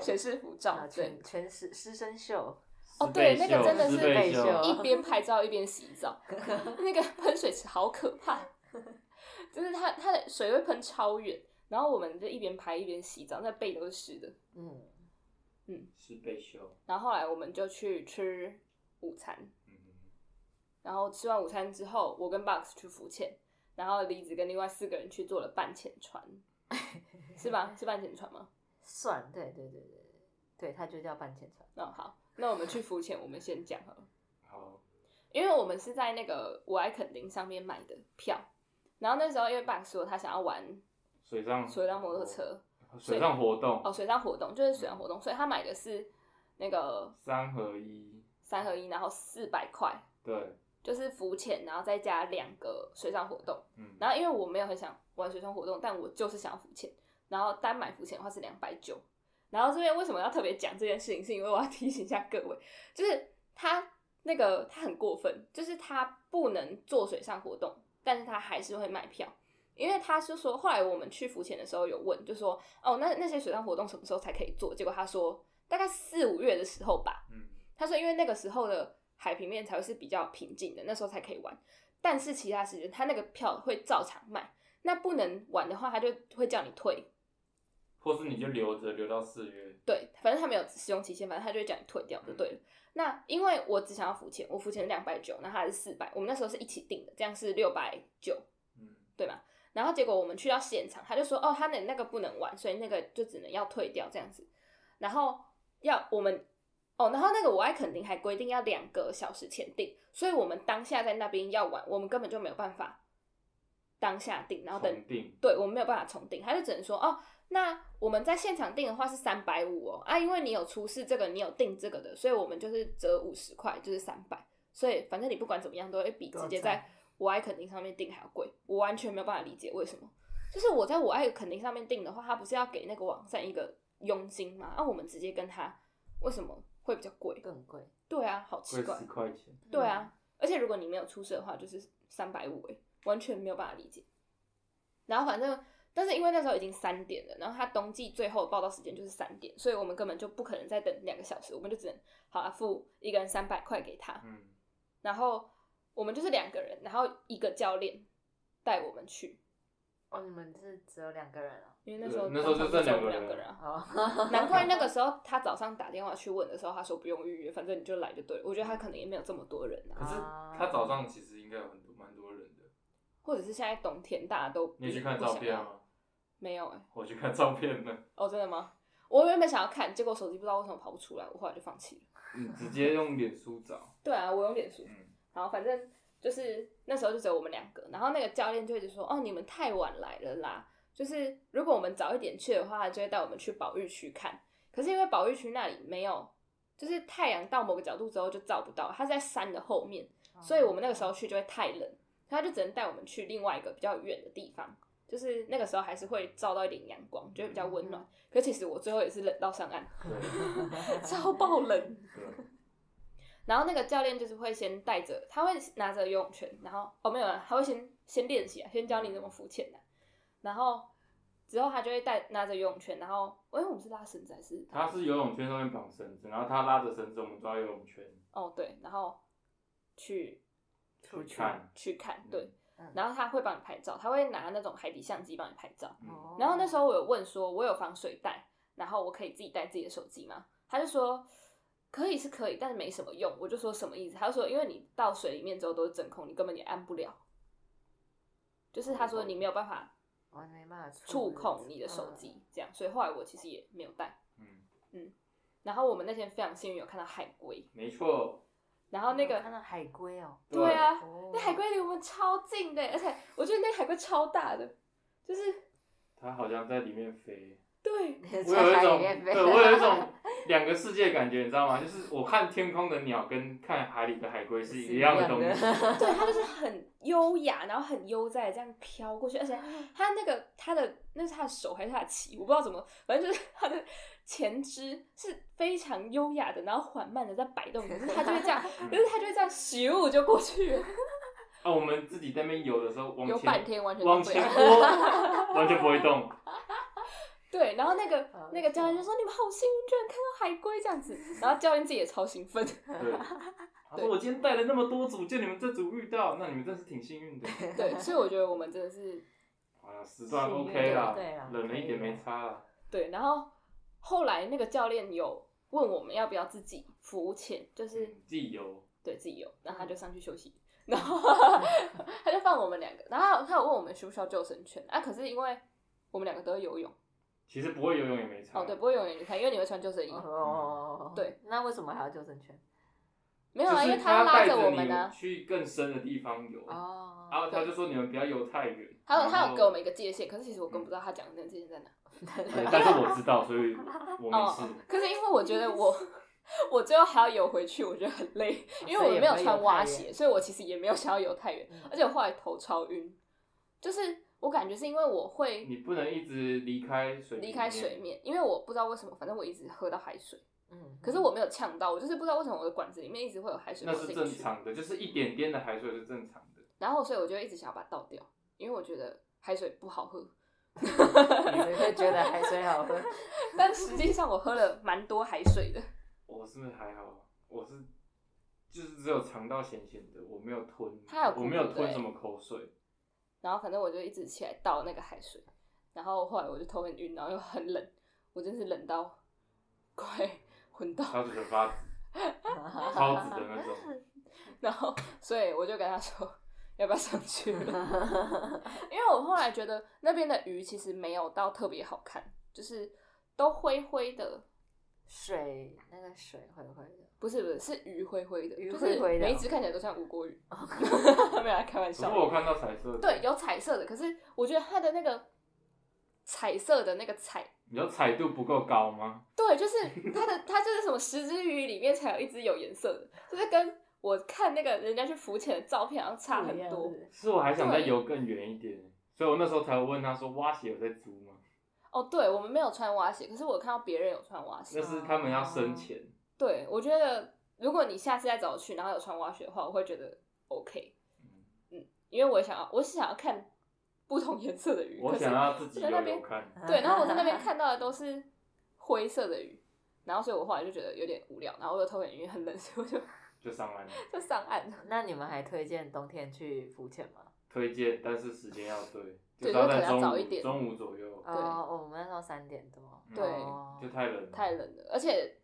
Speaker 2: 水
Speaker 1: 水
Speaker 2: 师服
Speaker 3: 啊
Speaker 2: 照，对
Speaker 3: 全，全师师生秀，
Speaker 2: 哦对那个真的是
Speaker 1: 被
Speaker 3: 被秀
Speaker 2: 一边拍照一边洗澡，那个喷水池好可怕，就是它它的水会喷超远，然后我们就一边拍一边洗澡，那背都是湿的。
Speaker 3: 嗯，
Speaker 1: 是被秀，
Speaker 2: 然后后来我们就去吃午餐，
Speaker 1: 嗯，
Speaker 2: 然后吃完午餐之后，我跟 Box 去浮潜，然后李子跟另外四个人去做了半潜船，是吧？是半潜船吗？
Speaker 3: 算，对对对对对，对，它就叫半潜船，
Speaker 2: 那、哦好，那我们去浮潜，我们先讲好了。
Speaker 1: 好，
Speaker 2: 因为我们是在那个我爱垦丁上面买的票，然后那时候因为 Box 说他想要玩
Speaker 1: 水上
Speaker 2: 水上摩托，车，
Speaker 1: 水上活
Speaker 2: 哦，
Speaker 1: 动，
Speaker 2: 水上活动就是水上活动，所以他买的是那个
Speaker 1: 三合一，
Speaker 2: 三合一，然后四百块，
Speaker 1: 对，
Speaker 2: 就是浮潜，然后再加两个水上活动。
Speaker 1: 嗯，
Speaker 2: 然后因为我没有很想玩水上活动，但我就是想要浮潜，然后单买浮潜的话是两百九。然后这边为什么要特别讲这件事情，是因为我要提醒一下各位，就是他那个他很过分，就是他不能做水上活动，但是他还是会卖票，因为他就说后来我们去浮潜的时候有问，就说哦那那些水上活动什么时候才可以做？结果他说大概四五月的时候吧，
Speaker 1: 嗯，
Speaker 2: 他说因为那个时候的海平面才会是比较平静的，那时候才可以玩。但是其他时间他那个票会照常卖，那不能玩的话，他就会叫你退。
Speaker 1: 或是你就留着留到四月，
Speaker 2: 对，反正他没有使用期限，反正他就会叫你退掉就对了。那因为我只想要付钱，我付钱两百九，那他是四百，我们那时候是一起定的，这样是六百九，
Speaker 1: 嗯，
Speaker 2: 对吗？然后结果我们去到现场，他就说哦，他的那个不能玩，所以那个就只能要退掉这样子。然后要我们哦，然后那个我爱肯定还规定要两个小时前定，所以我们当下在那边要玩，我们根本就没有办法当下定，然后等
Speaker 1: 重定，
Speaker 2: 对我们没有办法重定，他就只能说哦，那我们在现场定的话是三百五哦，啊，因为你有出示这个，你有定这个的，所以我们就是折五十块，就是三百，所以反正你不管怎么样都会比直接在我爱肯定上面订还要贵，我完全没有办法理解为什么。就是我在我爱肯定上面订的话，他不是要给那个网站一个佣金吗？那、啊我们直接跟他为什么会比较贵？
Speaker 3: 更贵，
Speaker 2: 对啊，好奇
Speaker 1: 贵
Speaker 2: 怪
Speaker 1: 十。块钱，
Speaker 2: 对啊，而且如果你没有出事的话，就是三百五哎，完全没有办法理解。然后反正，但是因为那时候已经三点了，然后他冬季最后报到时间就是三点，所以我们根本就不可能再等两个小时，我们就只能好了付一个人三百块给他，
Speaker 3: [laughs]
Speaker 1: 嗯，
Speaker 2: 然后我们就是两个人，然后一个教练带我们去，
Speaker 3: 哦，你们是只有两个人哦，
Speaker 2: 因为那时候
Speaker 1: 对那时候就
Speaker 2: 当场只有
Speaker 1: 剩两个人
Speaker 2: 我们两个人啊，
Speaker 3: 哦，
Speaker 2: 难怪那个时候他早上打电话去问的时候，他说不用预约，反正你就来就对了。我觉得他可能也没有这么多人
Speaker 1: [laughs] 可
Speaker 2: 啊，
Speaker 1: 是
Speaker 3: 啊
Speaker 1: 他早上其实应该有很多蛮多人的，
Speaker 2: 或者是现在冬天大家都
Speaker 1: 你有去看
Speaker 2: 不
Speaker 1: 照
Speaker 2: 想
Speaker 1: 片啊
Speaker 2: 要
Speaker 1: 吗？
Speaker 2: 没有哎、
Speaker 1: 我去看照片了，
Speaker 2: 哦，真的吗？我原本想要看，结果手机不知道为什么跑不出来，我后来就放弃了。
Speaker 1: 你直接用脸书找，
Speaker 2: 对啊，我用脸书，
Speaker 1: 嗯，
Speaker 2: 然后反正就是那时候就只有我们两个，然后那个教练就一直说：“哦，你们太晚来了啦，就是如果我们早一点去的话，他就会带我们去保育区看。可是因为保育区那里没有，就是太阳到某个角度之后就照不到，它是在山的后面， [laughs]
Speaker 3: 哦
Speaker 2: 所以我们那个时候去就会太冷，他就只能带我们去另外一个比较远的地方，就是那个时候还是会照到一点阳光，就会比较温暖。可其实我最后也是冷到上岸， [laughs]
Speaker 1: 对
Speaker 2: 超爆冷。
Speaker 1: 对，
Speaker 2: 然后那个教练就是会先带着，他会拿着游泳圈，然后哦没有啊，他会先先练习啊，先教你怎么浮潜的、然后之后他就会带拿着游泳圈，然后因为我们是拉绳子还是
Speaker 1: 他是游泳圈上面绑绳子，然后他拉着绳子，我们抓游泳圈
Speaker 2: 哦对，然后去
Speaker 3: 出去
Speaker 1: 看，
Speaker 2: 去看
Speaker 1: 嗯
Speaker 2: 对，
Speaker 3: 嗯
Speaker 2: 然后他会帮你拍照，他会拿那种海底相机帮你拍照，
Speaker 3: 哦
Speaker 1: 嗯，
Speaker 2: 然后那时候我有问说，我有防水袋，然后我可以自己带自己的手机吗？他就说，可以是可以，但是没什么用。我就说什么意思？他说因为你到水里面之后都是真空，你根本也按不了。就是他说你没有办法
Speaker 3: 我没办法
Speaker 2: 触
Speaker 3: 那
Speaker 2: 控
Speaker 3: 个
Speaker 2: 你的手
Speaker 3: 嗯
Speaker 2: 机，这样，所以后来我其实也没有带。
Speaker 1: 嗯，
Speaker 2: 然后我们那天非常幸运有看到海龟，
Speaker 1: 没错，
Speaker 2: 然后那
Speaker 3: 你有看
Speaker 2: 个
Speaker 3: 到海龟哦，
Speaker 2: 对啊，
Speaker 3: 哦
Speaker 2: 那海龟离我们超近的，欸而且我觉得那海龟超大的，就是
Speaker 1: 它好像在里面飞。
Speaker 2: [laughs] 对，
Speaker 3: 你
Speaker 1: 我
Speaker 3: 在
Speaker 1: 有一
Speaker 3: 海里
Speaker 1: 种，
Speaker 3: 面飞
Speaker 1: 对我有一种两个世界感觉，你知道吗？就是我看天空的鸟跟看海里的海龟是一样的东
Speaker 3: [laughs] 是一样
Speaker 1: 西。
Speaker 2: 对，它就是很优雅，然后很悠哉地这样飘过去， [laughs] 而且它那个它的那是它的手还是它的鳍，我不知道怎么，反正就是它的前肢是非常优雅的，然后缓慢的在摆动，可是它就会这样，可是它就会这样咻就过去了，
Speaker 1: 啊，我们自己在那边游的时候， [laughs] 往
Speaker 2: 有半
Speaker 1: 前
Speaker 2: 天完全
Speaker 1: 往
Speaker 2: 不会
Speaker 1: 前。拨，完全不会
Speaker 2: [laughs]
Speaker 1: 动。
Speaker 2: 对，然后那个
Speaker 3: 好
Speaker 2: 那个教练就
Speaker 3: 笑
Speaker 2: 说：“你们好幸运，居然看到海龟这样子。”然后教练自己也超兴奋。
Speaker 1: 对，他说我今天带了那么多组，就你们这组遇到，那你们真是挺幸运
Speaker 2: [laughs]
Speaker 1: 的。
Speaker 2: 对，所以我觉得我们真的是
Speaker 1: 好了，时段
Speaker 3: 幸运
Speaker 1: OK 啦
Speaker 3: 对
Speaker 2: 啊
Speaker 3: 啦，
Speaker 1: 冷了一点
Speaker 3: 可以
Speaker 1: 没
Speaker 3: 啦
Speaker 1: 差啦。
Speaker 2: 对，然后后来那个教练有问我们要不要自己浮潜，就是
Speaker 1: 嗯自己游，
Speaker 2: 对自己游，然
Speaker 1: 嗯
Speaker 2: 后他就上去休息， [laughs] 然后他就放我们两个，然后他有问我们需不需要救生圈啊？可是因为我们两个都会游泳，
Speaker 1: 其实不会游泳也没差。
Speaker 2: 哦对，不会游泳也可以，因为你会穿救生衣，
Speaker 3: [laughs]
Speaker 1: 嗯
Speaker 3: 哦，
Speaker 2: 对，
Speaker 3: 那为什么还要救生圈？
Speaker 2: 没有
Speaker 1: 就
Speaker 2: 啊，因为
Speaker 1: 是他
Speaker 2: 拉
Speaker 1: 带
Speaker 2: 着我
Speaker 1: 你
Speaker 2: 们啊呢，
Speaker 1: 去更深的地方游。
Speaker 3: 哦，
Speaker 1: 然后他就说你们不要游太远。
Speaker 2: 他有他
Speaker 1: 然
Speaker 2: 有
Speaker 1: 后
Speaker 2: 给我们一个界限，可是其实我根本不知道他讲的那个界限在哪。
Speaker 1: 对 [laughs] 但是我知道，所以我没事。
Speaker 2: [laughs] 可是因为我觉得我我最后还要游回去，我觉得很累，
Speaker 1: 啊
Speaker 2: 因为我没有穿蛙鞋，所以我其实也没有想要游太远，
Speaker 3: 嗯
Speaker 2: 而且我后来头超晕，就是我感觉是因为我会
Speaker 1: 你不能一直离开水，
Speaker 2: 离开水。面，因为我不知道为什么，反正我一直喝到海水，
Speaker 3: 嗯，
Speaker 2: 可是 [laughs] 我没有呛到，我就是不知道为什么我的管子里面一直会有海水
Speaker 1: 那
Speaker 2: 流
Speaker 1: 是
Speaker 2: 进
Speaker 1: 正
Speaker 2: 去，
Speaker 1: 常的，就是一点点的海水是正常的。
Speaker 2: 然后所以我就一直想要把它倒掉，因为我觉得海水不好喝，
Speaker 3: 你会觉得海水好喝，
Speaker 2: 但实际上我喝了蛮多海水的，
Speaker 1: 我是还好，我是就是只有尝到咸咸的，我没有吞，
Speaker 2: 它有苦
Speaker 1: 我没有
Speaker 2: 苦的
Speaker 1: 吞
Speaker 2: 欸
Speaker 1: 什么口水。
Speaker 2: 然后反正我就一直起来倒那个海水，然后后来我就头很晕，然后又很冷，我真是冷到快昏倒，
Speaker 1: 他只是
Speaker 2: [laughs]
Speaker 1: 发紫，超紫的那种。
Speaker 2: 然后所以我就跟他说要不要上去了，
Speaker 3: [laughs]
Speaker 2: 因为我后来觉得那边的鱼其实没有到特别好看，就是都灰灰的，
Speaker 3: 水那个水灰灰的，
Speaker 2: 不是不是是鱼灰灰的，
Speaker 3: 鱼
Speaker 2: 就是
Speaker 3: 灰灰的
Speaker 2: 每一
Speaker 3: 哦
Speaker 2: 只看起来都像吴锅鱼， [laughs] 没有啦开玩
Speaker 1: 只是
Speaker 2: 笑，
Speaker 1: 我看到彩色的，
Speaker 2: 对，，有彩色的，可是我觉得它的那个彩色的那个彩
Speaker 1: 你说彩度不够高吗？
Speaker 2: 对，就是它的，它就是什么十只鱼里面才有一只有颜色的，就是跟我看那个人家去浮潜的照片好像差
Speaker 3: 不
Speaker 2: 很
Speaker 3: 一样
Speaker 2: 多
Speaker 3: 是。不是
Speaker 1: 其实我还想再游更远一点，所以我那时候才问他说蛙鞋有在租吗？
Speaker 2: 哦，对，我们没有穿蛙鞋，可是我看到别人有穿蛙
Speaker 1: 那
Speaker 2: 鞋。
Speaker 1: 是他们要生钱。
Speaker 2: 对，我觉得如果你下次再找我去，然后有穿蛙鞋的话，我会觉得 OK。
Speaker 1: 嗯
Speaker 2: 嗯，因为我想要，我是想要看不同颜色的鱼。
Speaker 1: 我
Speaker 2: 可是
Speaker 1: 想要自己
Speaker 2: 在
Speaker 1: 游
Speaker 2: 那边
Speaker 1: 游看，
Speaker 2: 对，然后我在那边看到的都是灰色的鱼，然后所以我后来就觉得有点无聊，然后我又头很晕很冷，所以我就
Speaker 1: 就上岸了
Speaker 2: 就上岸了。
Speaker 3: 那你们还推荐冬天去浮潜吗？
Speaker 1: 推荐，但是时间要对，
Speaker 2: 对
Speaker 1: 是要在
Speaker 2: 就可能要
Speaker 1: 中
Speaker 2: 早一
Speaker 1: 午
Speaker 2: 点啊
Speaker 1: 中午左右，
Speaker 3: 哦，我们那时候三点多，
Speaker 1: 嗯
Speaker 2: 对
Speaker 3: 哦
Speaker 1: 就太冷了。
Speaker 2: 太冷了，而且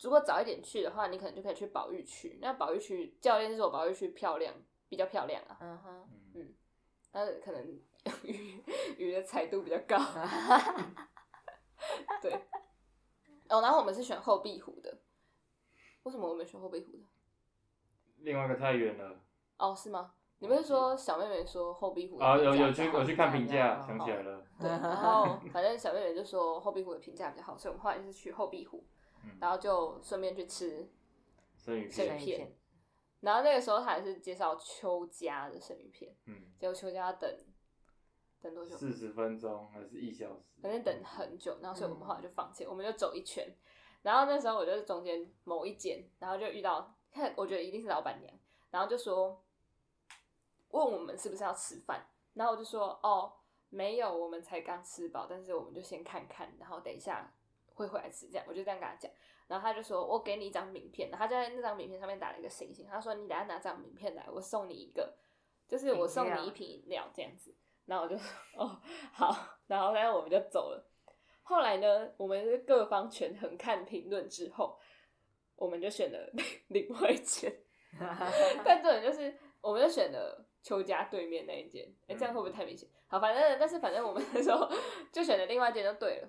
Speaker 2: 如果早一点去的话，你可能就可以去保育区。那保育区教练是说保育区漂亮，比较漂亮啊，
Speaker 3: 嗯哼，
Speaker 1: 嗯，
Speaker 2: 嗯但是可能鱼鱼的彩度比较高。对，哦，然后我们是选后壁湖的，为什么我们选后壁湖的？
Speaker 1: 另外一个太远了
Speaker 2: 哦，是吗？你不是说小妹妹说后壁湖的
Speaker 1: 啊，
Speaker 2: 评
Speaker 1: 有
Speaker 2: 价
Speaker 1: 有
Speaker 2: 比较
Speaker 1: 去
Speaker 2: 好
Speaker 1: 有去看评价，
Speaker 3: 哦
Speaker 1: 想起来了， [laughs]
Speaker 2: 对，然后反正小妹妹就说后壁湖的评价比较好，所以我们后来就是去后壁湖，
Speaker 1: 嗯，
Speaker 2: 然后就顺便去吃
Speaker 1: 生鱼
Speaker 2: 生
Speaker 1: 片
Speaker 2: 鱼， [laughs] 片，然后那个时候他还是介绍邱家的生鱼片，
Speaker 1: 嗯，
Speaker 2: 结果邱家要等等多久？
Speaker 1: 四十分钟还是一小时，
Speaker 2: 反正等很久，然后所以我们后来就放弃，我们就走一圈。然后那时候我就是中间某一间，然后就遇到，看我觉得一定是老板娘，然后就说问我们是不是要吃饭，然后我就说哦没有，我们才刚吃饱，但是我们就先看看，然后等一下会回来吃这样，我就这样跟他讲。然后他就说我给你一张名片，然后他就在那张名片上面打了一个星星，他说你等一下拿这张名片来，我送你一个，就是我送你一瓶饮料这样子。然后我就说哦好，然后呢我们就走了。后来呢，我们是各方权衡看评论之后，我们就选了 [laughs] 另外一间， [laughs] 但这种就是我们就选了邱家对面那一间，哎、这样会不会太明显？好，反正但是反正我们那时候就选了另外一间就对了。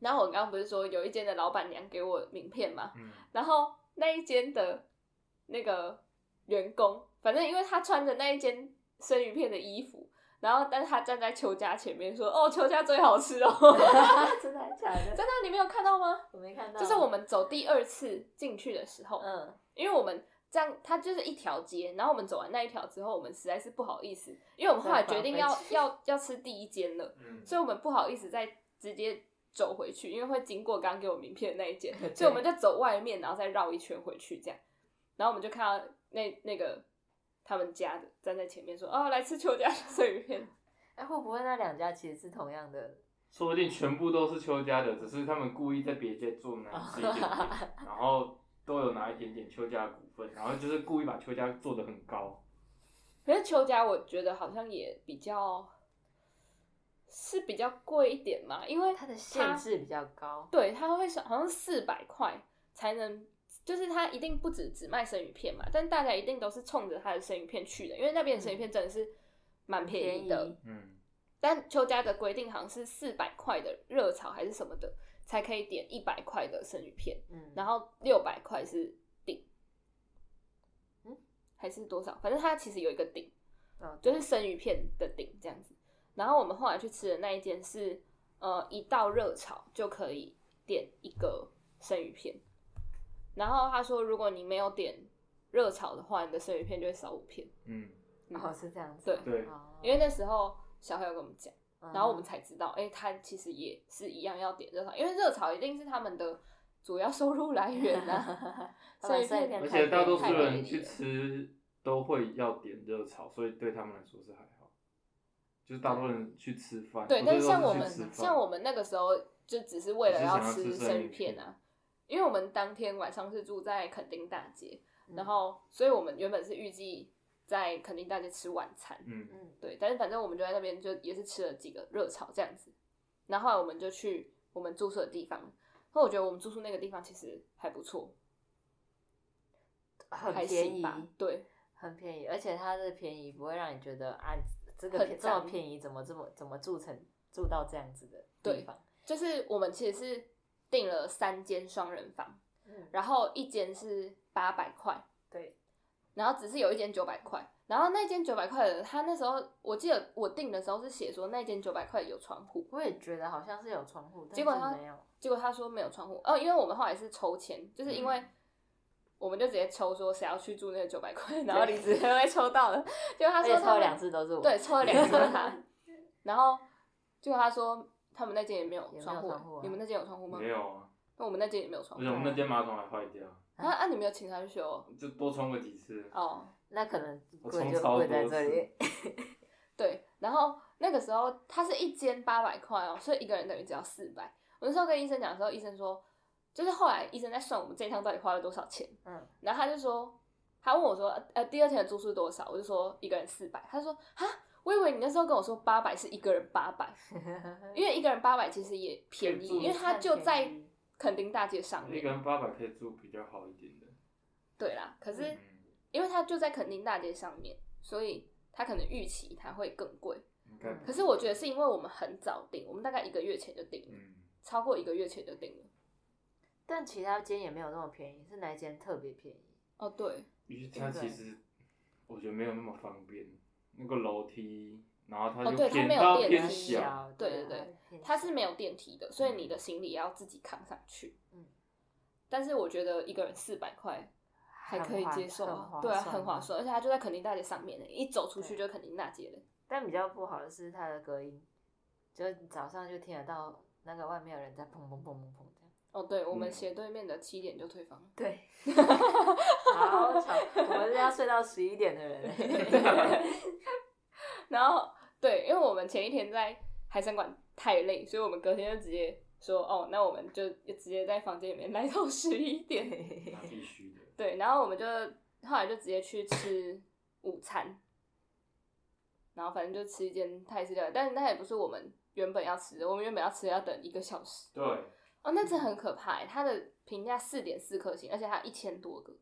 Speaker 2: 然后我刚刚不是说有一间的老板娘给我名片嘛，
Speaker 1: 嗯，
Speaker 2: 然后那一间的那个员工，反正因为他穿着那一间生鱼片的衣服，然后但是他站在邱家前面说：“哦，邱家最好吃哦。 [laughs]
Speaker 3: 真的还假的？
Speaker 2: 真的，你没有看到吗？
Speaker 3: 我没看到，
Speaker 2: 就是我们走第二次进去的时候，
Speaker 3: 嗯，
Speaker 2: 因为我们这样，它就是一条街，然后我们走完那一条之后，我们实在是不好意思，因为我们后来决定要
Speaker 3: 再
Speaker 2: 要要吃第一间了，
Speaker 1: 嗯
Speaker 2: 所以我们不好意思再直接走回去，因为会经过刚刚给我名片的那一间
Speaker 3: 对，
Speaker 2: 所以我们就走外面，然后再绕一圈回去这样，然后我们就看到那那个他们家的站在前面说：“哦，来吃邱家生鱼片。
Speaker 3: 哎，会不会那两家其实是同样的？
Speaker 1: 说不定全部都是邱家的，只是他们故意在别家做那一点点，
Speaker 2: [laughs]
Speaker 1: 然后都有拿一点点邱家的股份，然后就是故意把邱家做的很高。”
Speaker 2: 可是邱家我觉得好像也比较是比较贵一点嘛，因为
Speaker 3: 它的限制比较高，
Speaker 2: 对，他会想好像四百块才能，就是他一定不止只卖生鱼片嘛，但大家一定都是冲着他的生鱼片去的，因为那边的生鱼片真的是蛮便宜的。
Speaker 3: 嗯便宜
Speaker 1: 嗯，
Speaker 2: 但邱家的规定好像是四百块的热炒还是什么的，才可以点一百块的生鱼片，
Speaker 3: 嗯，
Speaker 2: 然
Speaker 3: 后
Speaker 2: 后六百块是顶，
Speaker 3: 嗯，
Speaker 2: 还是多少？反正它其实有一个顶。
Speaker 3: 哦
Speaker 2: 就
Speaker 3: 对
Speaker 2: 是生鱼片的顶这样子。然后我们后来去吃的那一间是，呃，一道热炒就可以点一个生鱼片。然后他说，如果你没有点热炒的话，你的生鱼片就会少五片。
Speaker 1: 嗯，
Speaker 3: 哦是这样子，
Speaker 2: 对
Speaker 1: 对
Speaker 3: 哦，
Speaker 2: 因为那时候小黑有跟我们讲，
Speaker 3: 嗯
Speaker 2: 然后我们才知道，哎、他其实也是一样要点热炒，因为热炒一定是他们的主要收入来源啊。
Speaker 1: [laughs]
Speaker 3: 他们
Speaker 2: 生
Speaker 3: 生
Speaker 2: 鱼片
Speaker 3: 鱼片
Speaker 1: 而
Speaker 3: 太
Speaker 1: 且哦大多
Speaker 3: 便宜
Speaker 1: 数
Speaker 3: 太
Speaker 1: 人
Speaker 3: 便宜
Speaker 1: 去
Speaker 3: 了
Speaker 1: 吃都会要点热炒，所以对他们来说是还好。就是大多数人去吃饭，
Speaker 2: 对，
Speaker 1: 不
Speaker 2: 但
Speaker 1: 是
Speaker 2: 是像
Speaker 1: 都
Speaker 2: 我
Speaker 1: 去
Speaker 2: 们
Speaker 1: 吃饭
Speaker 2: 像我们那个时候就只是为了要
Speaker 1: 只是想要吃
Speaker 2: 生
Speaker 1: 生
Speaker 2: 鱼
Speaker 1: 鱼
Speaker 2: 片
Speaker 1: 片
Speaker 2: 啊，因为我们当天晚上是住在垦丁大街，
Speaker 3: 嗯
Speaker 2: 然后所以我们原本是预计在垦丁大街吃晚餐，
Speaker 1: 嗯
Speaker 3: 嗯
Speaker 2: 对，但是反正我们就在那边就也是吃了几个热炒这样子，然后后来我们就去我们住宿的地方。那我觉得我们住宿那个地方其实还不错，
Speaker 3: 很
Speaker 2: 还
Speaker 3: 便
Speaker 2: 行
Speaker 3: 宜，
Speaker 2: 吧？对，
Speaker 3: 很便宜，而且它的便宜不会让你觉得啊，这个
Speaker 2: 很
Speaker 3: 便这么
Speaker 2: 脏
Speaker 3: 便宜，怎么这么怎么住成住到这样子的
Speaker 2: 对
Speaker 3: 地方？
Speaker 2: 就是我们其实是订了三间双人房，
Speaker 3: 嗯，
Speaker 2: 然后一间是八百块，
Speaker 3: 对，
Speaker 2: 然后只是有一间九百块，然后那间九百块的，他那时候我记得我订的时候是写说那间九百块有窗户，
Speaker 3: 我也觉得好像是有窗户，但
Speaker 2: 结果
Speaker 3: 是
Speaker 2: 它
Speaker 3: 没有，
Speaker 2: 结果他说没有窗户，哦，因为我们后来是抽签，就是因
Speaker 3: 嗯
Speaker 2: 为我们就直接抽说谁要去住那个九百块，然后李子薇抽到
Speaker 3: [laughs]
Speaker 2: 了，结果他
Speaker 3: 而
Speaker 2: 说
Speaker 3: 且抽
Speaker 2: 他
Speaker 3: 了
Speaker 2: 们
Speaker 3: 两次都是我，
Speaker 2: 对，抽了两
Speaker 3: [laughs]
Speaker 2: 次他，然后结果他说他们那间也没有
Speaker 3: 也没有
Speaker 2: 窗户，欸
Speaker 3: 窗户啊
Speaker 2: 你们那间有窗户吗？
Speaker 1: 没，有啊，
Speaker 2: 那我们那间也没有
Speaker 1: 而
Speaker 2: 窗户
Speaker 1: 且我们那间马桶还坏掉，
Speaker 2: 啊啊！你没有请他去修哦
Speaker 1: 就多冲个几次。
Speaker 2: 哦，
Speaker 3: 那可能
Speaker 1: 我
Speaker 3: 贵
Speaker 1: 冲
Speaker 3: 就
Speaker 1: 超
Speaker 3: 贵在
Speaker 1: 多
Speaker 3: 这里，
Speaker 2: 对，然后那个时候它是一间八百块哦，所以一个人等于只要四百。我那时候跟医生讲的时候，医生说，就是后来医生在算我们这一趟到底花了多少钱，
Speaker 3: 嗯，
Speaker 2: 然后他就说，他问我说，呃呃，第二天的住宿多少？我就说一个人四百，他说啊，我以为你那时候跟我说八百是一个人八百，因为一个人八百其实也便宜，
Speaker 1: 可以住
Speaker 2: 因为它就
Speaker 3: 算
Speaker 2: 在
Speaker 3: 便宜
Speaker 2: 垦丁大街上
Speaker 1: 一
Speaker 2: 面
Speaker 1: 个。人八百可以住比较好一点的。
Speaker 2: 对啦，可是
Speaker 1: 嗯，
Speaker 2: 因为它就在垦丁大街上面，所以他可能预期它会更贵。
Speaker 1: 应该
Speaker 2: 可是我觉得是因为我们很早订，我们大概一个月前就订了，
Speaker 1: 嗯，
Speaker 2: 超过一个月前就订了。
Speaker 3: 但其他间也没有那么便宜，是哪一间特别便宜？
Speaker 2: 哦，对，
Speaker 1: 因为它
Speaker 3: 对
Speaker 1: 其实我觉得没有那么方便，那个楼梯，然后它
Speaker 2: 哦
Speaker 1: 就
Speaker 2: 对它
Speaker 1: 偏
Speaker 2: 没有
Speaker 1: 它
Speaker 2: 电
Speaker 1: 偏
Speaker 2: 梯
Speaker 1: 小，
Speaker 2: 对对对
Speaker 3: 对，啊偏
Speaker 2: 它
Speaker 3: 小
Speaker 2: 是没有电梯的，所以你
Speaker 1: 嗯
Speaker 2: 的行李要自己扛上去。
Speaker 3: 嗯，
Speaker 2: 但是我觉得一个人四百块还可以接受啊，
Speaker 3: 很划
Speaker 2: 对啊，
Speaker 3: 算
Speaker 2: 很划算，而且它就在垦丁大街上面呢，一走出去
Speaker 3: 对
Speaker 2: 就是垦丁大街了。
Speaker 3: 但比较不好的是它的隔音，就是早上就听得到那个外面有人在砰砰砰砰砰这样。
Speaker 2: 哦，对，我们
Speaker 1: 嗯
Speaker 2: 斜对面的七点就退房了。
Speaker 3: 对，
Speaker 2: [laughs]
Speaker 3: 好吵，我们是要睡到十一点的人 [laughs] 欸。
Speaker 2: 然后对，因为我们前一天在海参馆太累，所以我们隔天就直接说，哦，那我们就直接在房间里面 [laughs] 赖到十一点。
Speaker 1: 那必须的。
Speaker 2: 对，然后我们就后来就直接去吃午餐，然后反正就吃一间泰式料理，但是那也不是我们原本要吃的，我们原本要吃的要等一个小时
Speaker 1: 对，
Speaker 2: 哦，那真的很可怕欸，它的评价四点四颗星，而且它一千多个。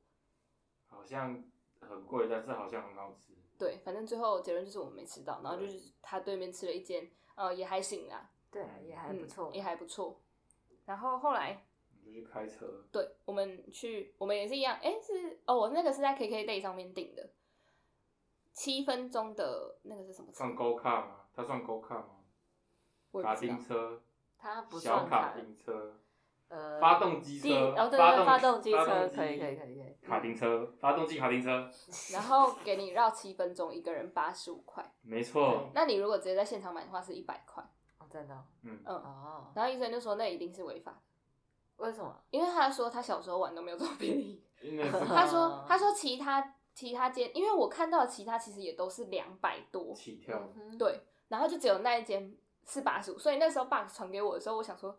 Speaker 1: 好像很贵，但是好像很好吃。
Speaker 2: 对，反正最后结论就是我们没吃到，然后就是他对面吃了一间，呃，也还行啦，
Speaker 3: 对啊，也还不错
Speaker 2: 嗯，也还不错。然后后来，
Speaker 1: 你就去开车，
Speaker 2: 对我们去，我们也是一样，哎、是哦，我那个是在 KKday 上面订的，七分钟的那个是什么车？
Speaker 1: 算 Go Car 吗？它算 Go Car 吗？
Speaker 2: 我也
Speaker 1: 卡
Speaker 2: 不知道
Speaker 1: 丁。车，
Speaker 3: 它不
Speaker 1: 小
Speaker 3: 算
Speaker 1: 卡
Speaker 3: 卡
Speaker 1: 丁车，
Speaker 3: 呃，
Speaker 1: 发动机
Speaker 3: 第
Speaker 1: 车，
Speaker 3: 哦对
Speaker 1: 发
Speaker 3: 对，发动
Speaker 1: 机
Speaker 3: 机车
Speaker 1: 发动
Speaker 3: 可以可以可以可以，
Speaker 1: [laughs] 卡丁车，发动机卡丁车，
Speaker 2: 然后给你绕七分钟，一个人八十五块。
Speaker 1: 没错，
Speaker 2: 那你如果直接在现场买的话是一百块，
Speaker 3: 哦真的哦
Speaker 1: 嗯，
Speaker 2: 嗯。
Speaker 3: 哦，
Speaker 2: 然后医生就说那一定是违法的，
Speaker 3: 为什么？
Speaker 2: 因为他说他小时候玩都没有这么便宜。
Speaker 1: 因为
Speaker 3: [laughs]
Speaker 1: 是
Speaker 2: 他说
Speaker 3: 啊
Speaker 2: 他说其他其他间，因为我看到的其他其实也都是两百多，
Speaker 1: 起跳，
Speaker 3: 嗯哼，
Speaker 2: 对，然后就只有那一间是八十五，所以那时候 bug 传给我的时候，我想说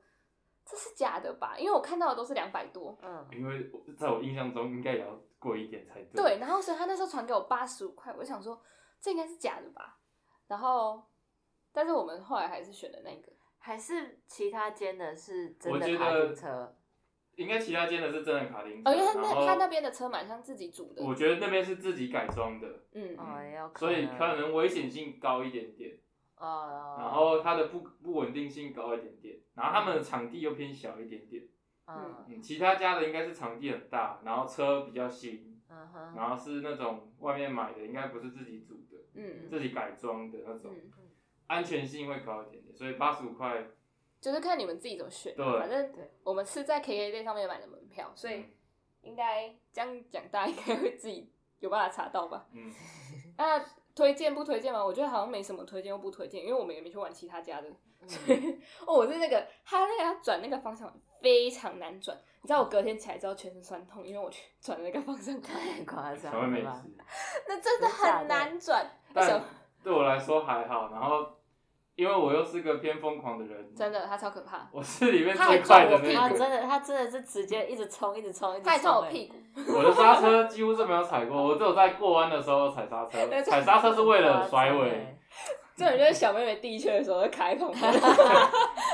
Speaker 2: 这是假的吧，因为我看到的都是两百多。
Speaker 3: 嗯，
Speaker 1: 因为我在我印象中应该也要贵一点才对。
Speaker 2: 对，，然后所以他那时候传给我八十五块，我想说这应该是假的吧。然后，但是我们后来还是选的那个，
Speaker 3: 还是其他间的是真
Speaker 1: 我
Speaker 3: 的
Speaker 1: 觉
Speaker 3: 卡
Speaker 1: 得
Speaker 3: 丁车，哦
Speaker 1: 应该其他间的是真的卡丁车，
Speaker 2: 哦，因为他那
Speaker 1: 然后
Speaker 2: 他那边的车蛮像自己组的，
Speaker 1: 我觉得那边是自己改装的，
Speaker 2: 嗯，
Speaker 3: 哦也有可
Speaker 1: 所以
Speaker 3: 能
Speaker 1: 可能危险性高一点点，
Speaker 3: 哦，
Speaker 2: 嗯
Speaker 1: 然后它的不不稳定性高一点点，然后他们的场地又偏小一点点。
Speaker 3: 嗯
Speaker 1: 嗯，其他家的应该是场地很大，然后车比较新，
Speaker 3: 嗯哼，
Speaker 1: 然后是那种外面买的，应该不是自己煮的，
Speaker 2: 嗯
Speaker 1: 自己改装的那种，
Speaker 2: 嗯，
Speaker 1: 安全性会高一点点，所以八十五块，
Speaker 2: 就是看你们自己怎么选。
Speaker 1: 对嗯
Speaker 2: 反正
Speaker 3: 对
Speaker 2: 我们是在 KKday 上面买的门票，所以应该这样讲，大家应该会自己有办法查到吧？
Speaker 1: 嗯，
Speaker 2: 那推荐不推荐吗？我觉得好像没什么推荐又不推荐，因为我们也没去玩其他家的。
Speaker 3: 嗯
Speaker 2: [laughs] 哦，我是那个他那个要转那个方向非常难转，你知道我隔天起来之后全身酸痛，因为我去转那个方向 [laughs] 盘，
Speaker 3: 太夸张
Speaker 1: 小妹妹
Speaker 3: 了吧？
Speaker 1: 吃，
Speaker 2: 那真的很难转。小
Speaker 1: 但对我来说还好，然后因为我又是个偏疯狂的人，
Speaker 2: 真，的，他超可怕，
Speaker 1: 我是里面
Speaker 2: 他还
Speaker 1: 最快
Speaker 2: 撞我
Speaker 1: 的
Speaker 2: 屁
Speaker 1: 那
Speaker 3: 他
Speaker 1: 个，
Speaker 3: 真的，他真的是直接一直冲，一直冲，一直冲、
Speaker 2: 他还撞我
Speaker 3: 欸
Speaker 2: 屁股，
Speaker 1: 我的刹车几乎是没有踩过，我只有在过弯的时候踩刹车，踩刹车是为了甩
Speaker 3: 哎
Speaker 1: 尾，
Speaker 2: 这种就是小妹妹第一圈的时候就卡在旁边。
Speaker 3: [laughs]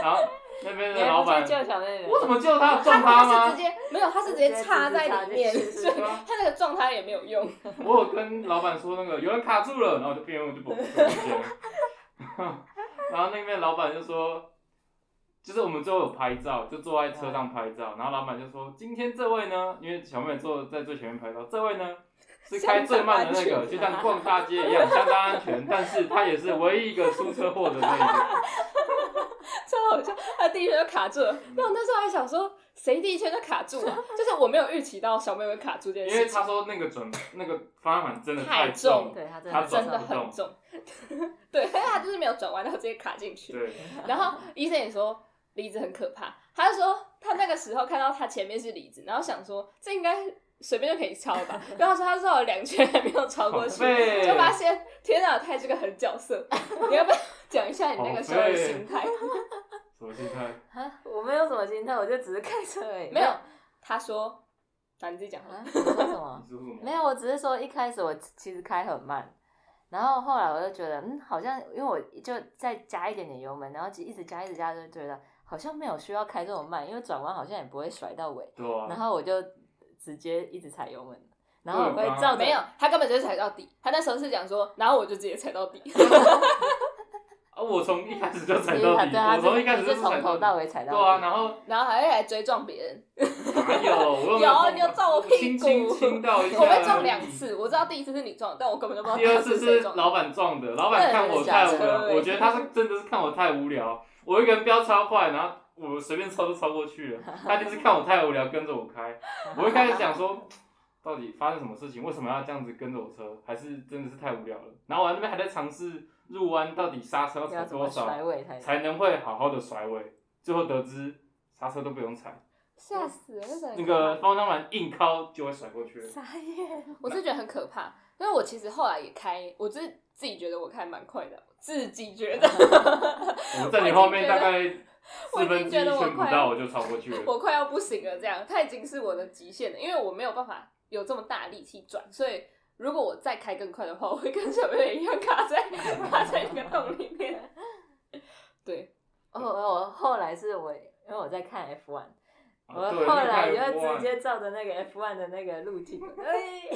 Speaker 1: 然后那边
Speaker 3: 你
Speaker 1: 的
Speaker 3: 还
Speaker 1: 老
Speaker 3: 不去
Speaker 2: 哎
Speaker 1: 板，
Speaker 3: 救小妹妹？
Speaker 1: 我怎么救他？
Speaker 2: 他
Speaker 1: 撞他
Speaker 2: 他
Speaker 1: 吗？
Speaker 2: 是直接没有，他是直接插在里面，
Speaker 3: 直接直
Speaker 2: 所
Speaker 3: 接插进去
Speaker 2: 以他那个撞他也没有用。
Speaker 1: 我有跟老板说那个有人卡住了，然后我就变我就不不接，然后那边老板就说，就是我们最后有拍照，就坐在车上拍照，然后老板就说今天这位呢，因为小妹坐在最前面拍照，这位呢是开最慢的那个，就像逛大街一样，相当安全，但是他也是唯一一个出车祸的那一个。
Speaker 2: 超好笑，他第一圈就卡住了。那我那时候还想说，谁第一圈就卡住
Speaker 3: [laughs]
Speaker 2: 啊？就是我没有预期到小妹妹卡住这件
Speaker 1: 因为
Speaker 2: 事
Speaker 1: 他
Speaker 2: 情，
Speaker 1: 说那个准那个方向盘真的
Speaker 2: 太
Speaker 1: 太
Speaker 2: 重
Speaker 1: 重，
Speaker 3: 对他真
Speaker 1: 他
Speaker 3: 的
Speaker 1: 走
Speaker 2: 真
Speaker 1: 不
Speaker 2: 的
Speaker 3: [laughs]
Speaker 1: 动
Speaker 2: 很重。对， [laughs] 因为他就是没有转弯，然后直接卡进去。
Speaker 1: 对，
Speaker 2: 然后医生也说梨子很可怕，他就说他那个时候看到他前面是梨子，然后想说这应该随便就可以超吧。然后他说他绕了两圈还没有超过去
Speaker 1: 好，废
Speaker 2: 就发现天哪，他也是个狠角色。你要不要讲一下你那个时候的心态？
Speaker 1: 什么心态？
Speaker 3: 啊我没有什么心态，我就只是开车而已。 [laughs]
Speaker 2: 没有，他说，那、你自己讲好了。
Speaker 3: 啊？你说什么
Speaker 1: 你？说什么？
Speaker 3: 没有，我只是说一开始我其实开很慢，然后后来我就觉得，嗯，好像因为我就再加一点点油门，然后一直加一直加，就觉得好像没有需要开这么慢，因为转弯好像也不会甩到尾，
Speaker 1: 对啊
Speaker 3: 然，后我就直接一直踩油门，然后我
Speaker 1: 啊
Speaker 3: 会照着
Speaker 2: 没有，他根本就是踩到底。他那时候是讲说，然后我就直接踩到
Speaker 1: [laughs]
Speaker 2: 底。
Speaker 1: 啊，我从一开始就踩
Speaker 3: 其实
Speaker 1: 到
Speaker 3: 他
Speaker 1: 底，
Speaker 3: 对他
Speaker 1: 我从一开
Speaker 3: 是
Speaker 1: 始
Speaker 3: 你
Speaker 1: 就是
Speaker 3: 从
Speaker 1: 踩
Speaker 3: 头
Speaker 1: 到底
Speaker 3: 到。尾踩到
Speaker 1: 对啊，
Speaker 3: 底
Speaker 1: 然后
Speaker 2: 然后还会来追撞别人，
Speaker 1: 哪有？我又没
Speaker 2: 有
Speaker 1: 碰
Speaker 2: 你有撞我
Speaker 1: 我
Speaker 2: 屁
Speaker 1: 轻
Speaker 2: 股
Speaker 1: 轻轻到一下，啊
Speaker 2: 我被撞两。次。我知道第一次是你撞，但我根本就不知道
Speaker 1: 第二
Speaker 2: 次
Speaker 1: 次
Speaker 2: 哦谁
Speaker 1: 是
Speaker 2: 撞的。
Speaker 1: 老板撞的，老板看我太无
Speaker 2: 那
Speaker 1: 聊，
Speaker 2: 人
Speaker 1: 我
Speaker 2: 家
Speaker 1: 觉得他是真的是看我太无聊，我一个人飙超快，然后我随便超都超过
Speaker 2: [laughs]
Speaker 1: 去了，他就是看我太无聊跟着我开，我一开始想说。 [laughs] 到底发生什么事情？为什么要这样子跟着我车？还是真的是太无聊了？然后我在那边还在尝试入弯，到底刹车要踩
Speaker 3: 要怎
Speaker 1: 多
Speaker 3: 么
Speaker 1: 少
Speaker 3: 甩
Speaker 1: [laughs]
Speaker 3: 尾才
Speaker 1: 才能会好好的甩尾？最后得知刹车都不用踩，
Speaker 2: 吓死了，那时候很
Speaker 1: 那个
Speaker 2: 可怕
Speaker 1: 方向盘硬靠就会甩过
Speaker 2: [laughs]
Speaker 1: 去了。
Speaker 3: 傻 [laughs] 眼？
Speaker 2: 我是觉得很可怕，因为我其实后来也开，我自自己觉得我开蛮快的，自己觉得
Speaker 1: 我在你后面大概
Speaker 2: 我
Speaker 1: 四
Speaker 2: 已
Speaker 1: 分
Speaker 2: 经
Speaker 1: 之一
Speaker 2: 觉得
Speaker 1: 圈不
Speaker 2: 我已经觉得
Speaker 1: 到，
Speaker 2: 我
Speaker 1: 我就超过去了。
Speaker 2: 我快要不行了，这样它已经是我的极限了，因为我没有办法有这么大力气转，所以如果我再开更快的话，我会跟小妹妹一样
Speaker 1: [laughs]
Speaker 2: 卡在卡在那个洞里面。对，
Speaker 3: 我我后来是我因为我在看 F 1我
Speaker 1: 啊对，
Speaker 3: 后来
Speaker 1: 那个
Speaker 3: 就
Speaker 1: 太
Speaker 3: 直接照着那个 F1 的那个路径，哎，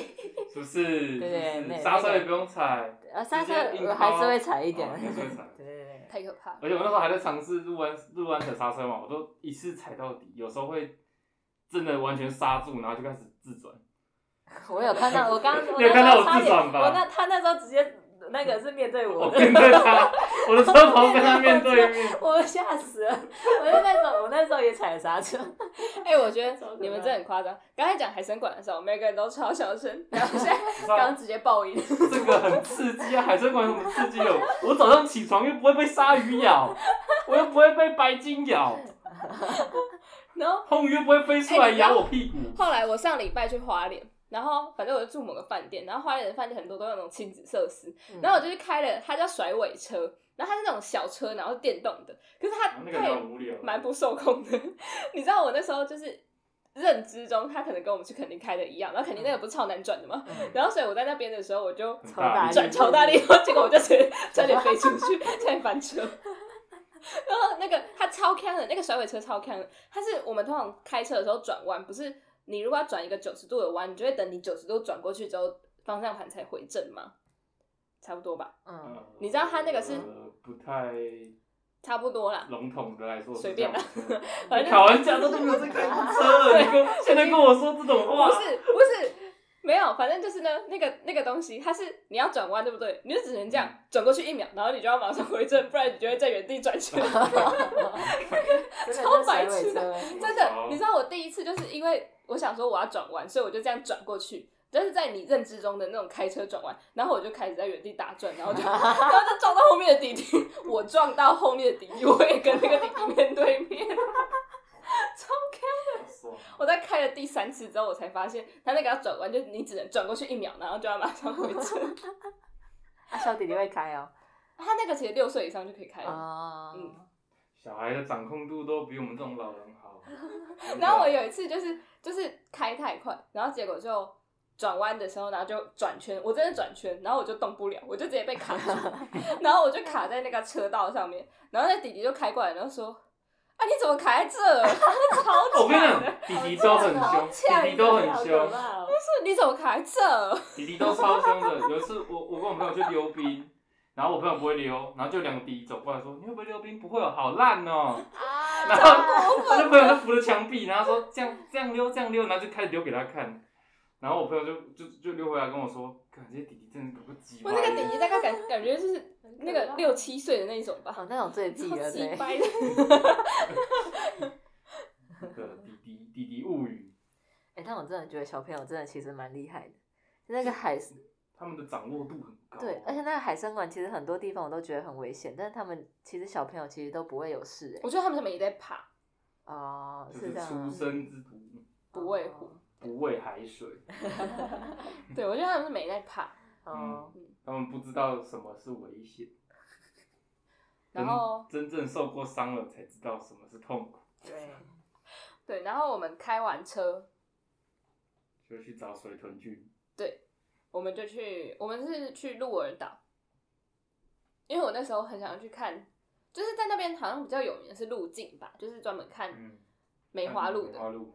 Speaker 1: 是不是？
Speaker 3: 对对
Speaker 1: 是不
Speaker 3: 那
Speaker 1: 是刹车
Speaker 3: 那个
Speaker 1: 也不用踩，
Speaker 3: 呃，刹车
Speaker 1: 直接硬
Speaker 3: 我还是
Speaker 1: 抛
Speaker 3: 会踩一点
Speaker 1: 啊
Speaker 3: 的，
Speaker 1: 还是
Speaker 3: [laughs]
Speaker 1: 会踩
Speaker 2: [laughs]
Speaker 3: 对对对，
Speaker 2: 太可怕了。
Speaker 1: 而且我那时候还在尝试入弯入弯的刹车嘛，我都一次踩到底，有时候会真的完全刹住，然后就开始自转。
Speaker 3: 我有看到，我刚
Speaker 1: [laughs]
Speaker 3: 我
Speaker 1: 你有看
Speaker 3: 那时
Speaker 1: 到
Speaker 3: 候
Speaker 1: 我
Speaker 3: 差
Speaker 1: 自
Speaker 3: 点
Speaker 1: 转吧
Speaker 3: 我那他那时候直接那个是面对我
Speaker 1: 我
Speaker 3: 的，
Speaker 1: 面对他，我的车头跟他面对面。
Speaker 3: [laughs] 我吓死了。我就那时候，我那时候也踩了刹车，
Speaker 2: 哎、我觉得你们真的很夸张。刚才讲海参馆的时候，每个人都超小声，然后现在
Speaker 1: 你知
Speaker 2: 刚
Speaker 1: 道
Speaker 2: 刚直接爆音。
Speaker 1: 这个很刺激啊！海参馆有什么刺激哦？我早上起床又不会被鲨鱼咬，我又不会被白鲸
Speaker 3: [laughs]
Speaker 1: 咬，
Speaker 2: 然后
Speaker 1: 红鱼又不会飞
Speaker 3: 哎
Speaker 1: 出来咬我屁股。
Speaker 2: 后来我上礼拜去花莲，然后反正我就住某个饭店，然后花莲的饭店很多都有那种亲子设施，
Speaker 1: 嗯
Speaker 2: 然后我就去开了，它叫甩尾车，然后它是那种小车，然后是电动的，可是它
Speaker 1: 哦那个
Speaker 2: 它也
Speaker 1: 很无聊，
Speaker 2: 蛮不受控的。你知道我那时候就是认知中，它可能跟我们去垦丁开的一样，然后垦丁那个不是超难转的吗？
Speaker 3: 嗯
Speaker 2: 然后所以我在那边的时候，我就
Speaker 1: 很
Speaker 3: 超大
Speaker 1: 力
Speaker 2: 转超大 [laughs] 力，然后结果我就直接差点飞出去， [laughs] 差点翻车。然后那个它超坑的，那个甩尾车超坑的，它是我们通常开车的时候转弯，不是你如果要转一个九十度的弯，你就会等你九十度转过去之后，方向盘才回正嘛，差不多吧，
Speaker 3: 嗯，
Speaker 2: 你知道它那个是
Speaker 1: 呃不太
Speaker 2: 差不多啦。
Speaker 1: 笼统的来说是
Speaker 2: 随
Speaker 1: 这
Speaker 2: 便
Speaker 1: 样
Speaker 2: 啦
Speaker 1: 子，
Speaker 2: [laughs] 反
Speaker 1: 考
Speaker 2: 正
Speaker 1: 完驾照就没有再开过车了，你跟现在跟我说这种话
Speaker 2: 不，是不是没有，反正就是呢，那个那个东西，它是你要转弯对不对？你就只能这样转过去一秒，然后你就要马上回正，不然你就会在原地转圈。
Speaker 3: 真的
Speaker 2: 超
Speaker 3: 是甩
Speaker 2: 白
Speaker 3: 尾
Speaker 2: 痴的
Speaker 3: 车欸，
Speaker 2: 真的
Speaker 1: 好，
Speaker 2: 你知道我第一次就是因为我想说我要转弯，所以我就这样转过去，但是在你认知中的那种开车转弯，然后我就开始在原地打转，然后就然后就撞到后面的弟弟，我撞到后面的弟弟，我也跟那个弟弟面对面，超开。我在开了第三次之后，我才发现他那个要转弯，就你只能转过去一秒，然后就要马上回车。
Speaker 3: 啊小弟弟会开哦，
Speaker 2: 他那个其实六岁以上就可以开了。
Speaker 3: 啊，
Speaker 2: 嗯
Speaker 1: 小孩的掌控度都比我们这种老人好。真的
Speaker 2: [laughs] 然后我有一次就是就是开太快，然后结果就转弯的时候，然后就转圈，我真的转圈，然后我就动不了，我就直接被卡
Speaker 3: [laughs]
Speaker 2: 住，然后我就卡在那个车道上面，然后那弟弟就开过来，然后说：“啊，你怎么卡在 [laughs] 这？
Speaker 1: 我
Speaker 2: 超
Speaker 1: 跟你
Speaker 2: 惨
Speaker 1: 讲
Speaker 2: 的，，
Speaker 1: 弟弟
Speaker 2: 哦
Speaker 1: 都很
Speaker 3: 好
Speaker 1: 凶，
Speaker 3: 呛
Speaker 1: 弟弟都很
Speaker 3: 好可
Speaker 1: 凶，
Speaker 2: [laughs]
Speaker 3: 怕哦
Speaker 2: 是你怎么卡在这
Speaker 1: 弟弟都超凶的。有一次我我跟我朋友去溜冰，然后我朋友不会溜，然后就两个弟弟走过来说：“你会不会溜冰？不会哦，好烂哦。”然后我就朋友就扶着墙壁，然后说：“这样这样溜，这样溜。”然后就开始溜给他看。然后我朋友就就就溜回来跟我说：“感觉弟弟真的够鸡？”巴
Speaker 2: 我
Speaker 1: 的。
Speaker 2: 那个弟弟大概感感觉就是那个六七岁的那一种吧，
Speaker 3: 哦，那种最屁
Speaker 2: 超
Speaker 3: 了，
Speaker 2: 级
Speaker 3: 对，
Speaker 2: 掰的。
Speaker 1: 的弟弟弟弟物语，
Speaker 3: 哎，但我真的觉得小朋友真的其实蛮厉害的，那个海
Speaker 1: 他们的掌握度很高。啊
Speaker 3: 对，
Speaker 2: 哦
Speaker 3: 而且那个海参馆其实很多地方我都觉得很危险，但是他们其实小朋友其实都不会有事哎、
Speaker 2: [laughs] 我觉得他们怎么也在爬，
Speaker 3: 哦、
Speaker 1: 就是是
Speaker 3: 这样
Speaker 1: 出
Speaker 3: 啊，
Speaker 1: 生之徒
Speaker 2: 不畏
Speaker 3: 哦
Speaker 2: 虎
Speaker 1: 不畏海水，
Speaker 2: 对我觉得他们是没在爬。嗯
Speaker 3: 哦。
Speaker 1: 他们不知道什么是危险。
Speaker 3: 嗯
Speaker 2: 然后
Speaker 1: 真真正受过伤了才知道什么是痛苦，
Speaker 2: [laughs]
Speaker 3: 对，
Speaker 2: 对，然后我们开完车，
Speaker 1: 就去找水豚去。
Speaker 2: 我们就去，我们是去鹿儿岛，因为我那时候很想要去看，就是在那边好像比较有名的是路径吧，就是专门看
Speaker 1: 嗯，
Speaker 2: 梅花鹿
Speaker 1: 梅
Speaker 2: 的。
Speaker 1: 花鹿，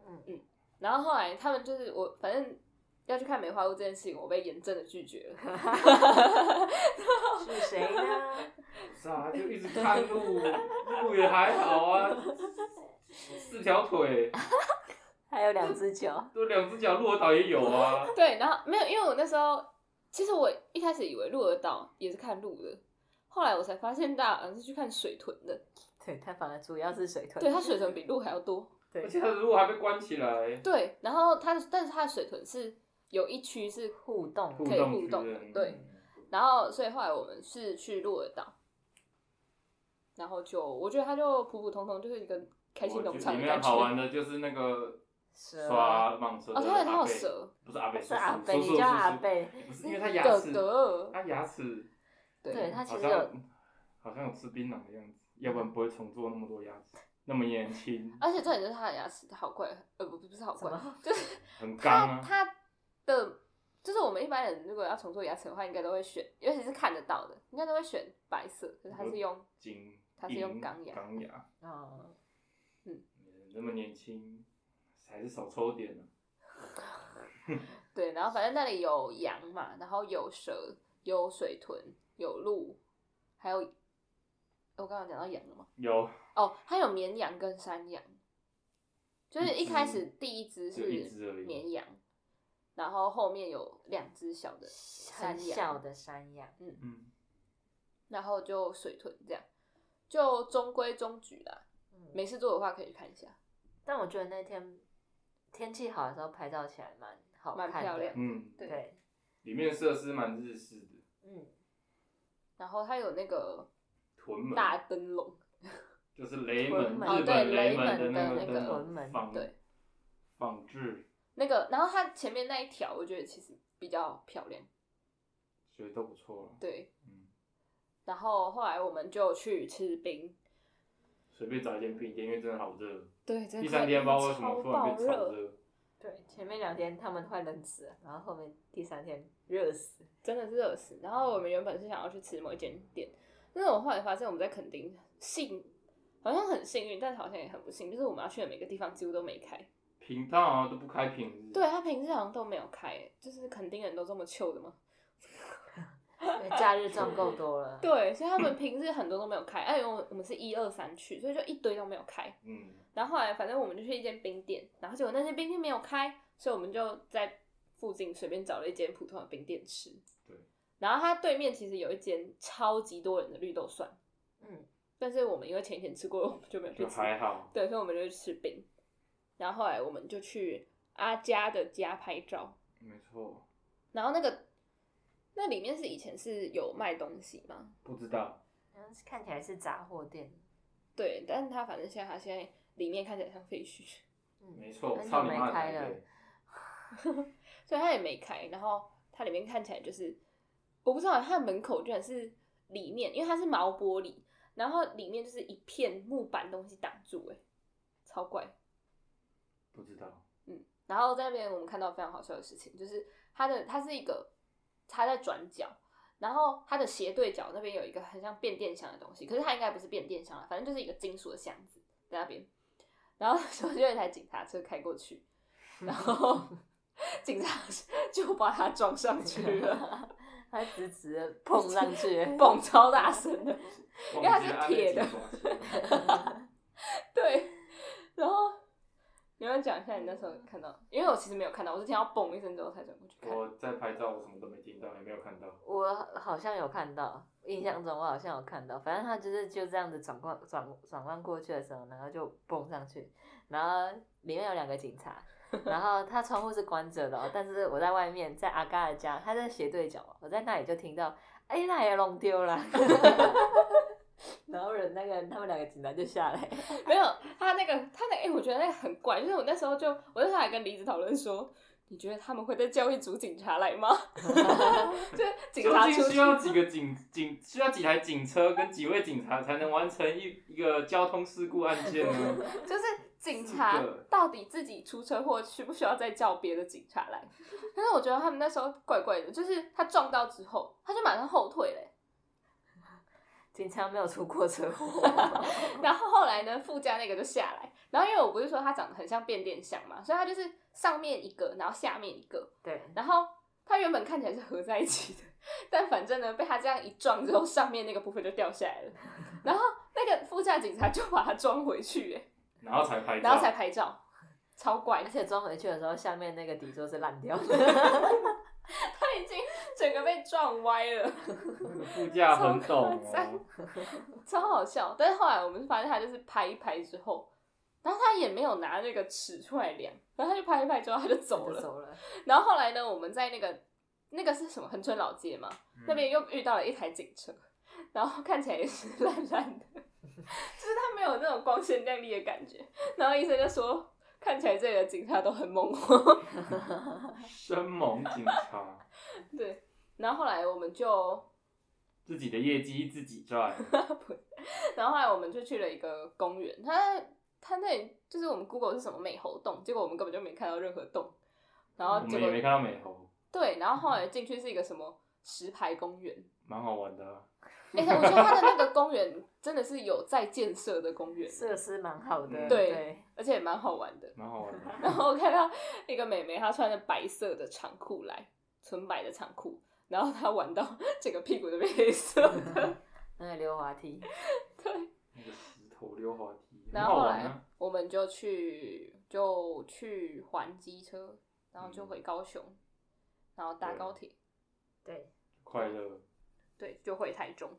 Speaker 2: 然后后来他们就是我，反正要去看梅花鹿这件事情，我被严正的拒绝了。 [laughs]
Speaker 3: 是谁呢？
Speaker 1: 不是啊，就一直看鹿，鹿也还好啊，四条腿，
Speaker 3: 还有两只脚，
Speaker 1: 都两只脚，鹿儿岛也有啊。
Speaker 2: 对，然后没有，因为我那时候其实我一开始以为鹿儿岛也是看鹿的，后来我才发现大家是去看水豚的，
Speaker 3: 对，它反而主要是水
Speaker 2: 对，
Speaker 3: 豚，
Speaker 2: 它水豚比鹿还要多。
Speaker 1: 而
Speaker 3: 对
Speaker 1: 且它的鹿还被关起来，
Speaker 2: 对，然后它的，但是它的水豚是有一区是
Speaker 3: 互动
Speaker 1: 互
Speaker 2: 可以
Speaker 1: 动
Speaker 2: 互
Speaker 1: 区
Speaker 2: 动
Speaker 1: 的
Speaker 2: 的，对。然后所以后来我们是去鹿儿岛，然后就我觉得它就普普通通，就是一个开心农场
Speaker 1: 里
Speaker 2: 的
Speaker 1: 面
Speaker 2: 感觉。
Speaker 1: 好玩的就是那个
Speaker 3: 蛇
Speaker 1: 刷蟒蛇的
Speaker 2: 哦，它有它
Speaker 1: 阿
Speaker 2: 有
Speaker 1: 贝，
Speaker 2: 蛇，哦
Speaker 1: 不是阿贝，
Speaker 3: 是阿
Speaker 1: 叔
Speaker 3: 贝，
Speaker 1: 叔
Speaker 3: 你
Speaker 1: 叔叔
Speaker 3: 叫阿贝，
Speaker 1: 不是因为它牙
Speaker 2: 哥
Speaker 1: 齿，
Speaker 2: 哥，
Speaker 1: 它牙齿
Speaker 3: 对
Speaker 2: 对，
Speaker 3: 它其
Speaker 1: 好
Speaker 3: 实
Speaker 1: 像
Speaker 3: 有，
Speaker 1: 好像有吃槟榔的样子，要不然不会重做那么多牙齿，那么年轻，
Speaker 2: 而且重点就是它的牙齿好怪，呃，不不是好怪
Speaker 3: 什，
Speaker 2: 就是
Speaker 1: 很刚
Speaker 2: 它
Speaker 1: 啊。
Speaker 2: 它的。就是我们一般人如果要重做牙齿的话，应该都会选，尤其是看得到的，应该都会选白色。可是它是用
Speaker 1: 嗯金，
Speaker 2: 它是用
Speaker 1: 银
Speaker 2: 钢牙 [laughs]
Speaker 1: 钢牙，
Speaker 3: 哦，
Speaker 1: 嗯那么年轻，还是少抽点啊。
Speaker 2: 对，然后反正那里有羊嘛，然后有蛇，有水豚，有鹿，还有我刚刚讲到羊了吗？
Speaker 1: 有
Speaker 2: 哦，还有绵羊跟山羊，就是一开始第一只
Speaker 1: 只有一
Speaker 2: 是
Speaker 1: 只而已
Speaker 2: 绵羊，然后后面有两只小的山
Speaker 3: 很
Speaker 2: 羊，
Speaker 3: 小的山羊，
Speaker 1: 嗯，
Speaker 2: 然后就水豚这样，就中规中矩啦。
Speaker 3: 嗯，
Speaker 2: 没事做的话可以去看一下，
Speaker 3: 但我觉得那天天气好的时候拍照起来蛮好
Speaker 2: 蛮
Speaker 3: 看的，
Speaker 2: 漂亮的。
Speaker 1: 嗯，
Speaker 2: 对
Speaker 3: 对，
Speaker 1: 里面设施蛮日式的，
Speaker 3: 嗯，
Speaker 2: 然后它有那个
Speaker 1: 屯门
Speaker 2: 大灯笼，
Speaker 1: 就是雷
Speaker 3: 屯
Speaker 1: 门
Speaker 3: 门
Speaker 1: 日
Speaker 2: 哦对
Speaker 1: 本雷的
Speaker 2: 雷门的
Speaker 1: 个
Speaker 2: 那个
Speaker 1: 灯笼
Speaker 3: 屯门
Speaker 1: 仿
Speaker 2: 对
Speaker 1: 仿制，
Speaker 2: 那个，然后它前面那一条我觉得其实比较漂亮，
Speaker 1: 所以都不错了。
Speaker 2: 对。
Speaker 1: 嗯，
Speaker 2: 然后后来我们就去吃冰，
Speaker 1: 随便找一间冰店，因为真的好热。
Speaker 2: 对，真
Speaker 1: 第
Speaker 2: 的
Speaker 1: 三天不知道为什么
Speaker 2: 超
Speaker 1: 突然
Speaker 2: 爆
Speaker 1: 被炒
Speaker 2: 热，
Speaker 1: 热，
Speaker 3: 对，前面两天他们快冷死了，然后后面第三天热死，
Speaker 2: 真的是热死。然后我们原本是想要去吃某一间店，但是我后来发现我们在垦丁幸，好像很幸运，但好像也很不幸，就是我们要去的每个地方几乎都没开。
Speaker 1: 平道啊都不开平日。
Speaker 2: 对，他平日好像都没有开，欸就是垦丁人都这么糗的吗？
Speaker 3: 对，假日赚够多了，
Speaker 2: 对，所以他们平日很多都没有开，哎，我们我们是一二三去，所以就一堆都没有开。
Speaker 1: 嗯，
Speaker 2: 然后后来反正我们就去一间冰店，然后结果那间冰店没有开，所以我们就在附近随便找了一间普通的冰店吃。
Speaker 1: 对。
Speaker 2: 然后它对面其实有一间超级多人的绿豆蒜，
Speaker 3: 嗯，
Speaker 2: 但是我们因为前一天吃过，我们就没有去
Speaker 1: 就
Speaker 2: 吃。
Speaker 1: 还好。
Speaker 2: 对，所以我们就去吃冰。然后后来我们就去阿佳的家拍照，
Speaker 1: 没错，
Speaker 2: 然后那个那里面是以前是有卖东西吗？
Speaker 1: 不知道，
Speaker 3: 好像是看起来是杂货店，
Speaker 2: 对，但是它反正现在它现在里面看起来像废墟。
Speaker 3: 嗯，
Speaker 1: 没错，
Speaker 3: 很久
Speaker 1: 操你
Speaker 3: 没
Speaker 1: 妈的
Speaker 3: 开
Speaker 1: 台
Speaker 3: 了
Speaker 1: 北，
Speaker 2: 所以它也没开。然后它里面看起来就是，我不知道它的门口居然是里面，因为它是毛玻璃，然后里面就是一片木板东西挡住、欸，超怪。
Speaker 1: 不知道。
Speaker 2: 然后在那边我们看到非常好笑的事情，就是它的它是一个它在转角，然后它的斜对角那边有一个很像变电箱的东西，可是它应该不是变电箱了，反正就是一个金属的箱子在那边。然后我就有一台警察车开过去，然
Speaker 3: [laughs]
Speaker 2: 后警察就把它撞上去了，
Speaker 3: 它直直 [laughs] 的 [laughs] 碰上去，
Speaker 2: [laughs]
Speaker 3: [laughs]
Speaker 2: 蹦超大声的。
Speaker 1: 因
Speaker 2: 为它是铁的对，然后你要讲一下你那时候看到，因为我其实没有看到，我是听到嘣一声之后才转过去看。
Speaker 1: 我在拍照，我什么都没听到，也没有看到。
Speaker 3: 我好像有看到，印象中我好像有看到，反正他就是就这样子转过转转弯过去的时候，然后就蹦上去，然后里面有两个警察，然后他窗户是关着的、哦，但是我在外面，在阿嘎的家，他在斜对角，哦我在那里就听到，哎，那也弄丢了， [laughs] 然后人那个他们两个警察就下来，
Speaker 2: [laughs] 没有，他那个他那哎、我觉得那个很怪，就是我那时候就我那时候还跟李子讨论说，你觉得他们会再叫一组警察来吗？就是警
Speaker 1: 究
Speaker 2: 察
Speaker 1: 竟
Speaker 2: 出
Speaker 1: 需
Speaker 2: 去，
Speaker 1: 要几个警警需要几台警车跟几位警察才能完成一一个交通事故案件呢？ [laughs]
Speaker 2: 就是警察
Speaker 1: 四个
Speaker 2: 到底自己出车祸需不需要再叫别的警察来？但是我觉得他们那时候怪怪的，就是他撞到之后，他就马上后退嘞、
Speaker 3: 警察没有出过车祸， [laughs]
Speaker 2: 然后后来呢，副驾那个就下来，然后因为我不是说它长得很像变电箱嘛，所以它就是上面一个，然后下面一个，
Speaker 3: 对，
Speaker 2: 然后它原本看起来是合在一起的，但反正呢，被它这样一撞之后，上面那个部分就掉下来了。然后那个副驾警察就把它装回去、欸，
Speaker 1: 然后才拍照，
Speaker 2: 然后才拍照，超怪
Speaker 3: 而。且装回去的时候，下面那个底座是烂掉的。
Speaker 2: 他已经整个被撞歪了，
Speaker 1: 那个副驾很懂
Speaker 2: 超夸张
Speaker 1: 哦，
Speaker 2: 超好笑。但是后来我们发现他就是拍一拍之后，然后他也没有拿那个尺出来量，然后他就拍一拍之后他就 [laughs] 走了。
Speaker 3: 走了，
Speaker 2: 然后后来呢，我们在那个那个是什么恒春老街嘛，那边又遇到了一台警车，然后看起来也是烂烂的， [laughs] 就是他没有那种光鲜亮丽的感觉。然后医生就说，看起来这里的警察都很猛哦。 [laughs]
Speaker 1: 嗯生猛警察，
Speaker 2: 对，然后后来我们就，
Speaker 1: 自己的业绩自己
Speaker 2: [laughs]
Speaker 1: 赚，
Speaker 2: 然后后来我们就去了一个公园，它它那里就是我们 Google 是什么美猴洞，结果我们根本就没看到任何洞。然
Speaker 1: 我
Speaker 2: 后结
Speaker 1: 们
Speaker 2: 果
Speaker 1: 也没看到美猴， [laughs]
Speaker 2: 对，然后后来进去是一个什么石牌公园，
Speaker 1: 蛮好玩的啊。
Speaker 2: 哎、我觉得它的那个公园真的是有在建设的公园，
Speaker 3: 设施蛮好的，
Speaker 1: 嗯
Speaker 2: 对
Speaker 3: 对，
Speaker 2: 而且也蛮好玩的。
Speaker 1: 蛮好玩
Speaker 2: [laughs]
Speaker 1: 的。
Speaker 2: 然后我看到一个妹妹，她穿着白色的长裤来，纯白的长裤，然后她玩到 [laughs] 整个屁股都变黑色
Speaker 1: [laughs]
Speaker 2: 的。
Speaker 3: [laughs] 那个溜滑梯，
Speaker 2: 对，
Speaker 1: 那个石头溜滑梯，很
Speaker 2: 然
Speaker 1: 好
Speaker 2: 后后
Speaker 1: 玩
Speaker 2: 来
Speaker 1: 啊。
Speaker 2: 我们就去就去还机车，然后
Speaker 1: 嗯
Speaker 2: 就回高雄，然后搭高铁，
Speaker 3: 对，
Speaker 1: 快乐，
Speaker 2: 对，就回台中。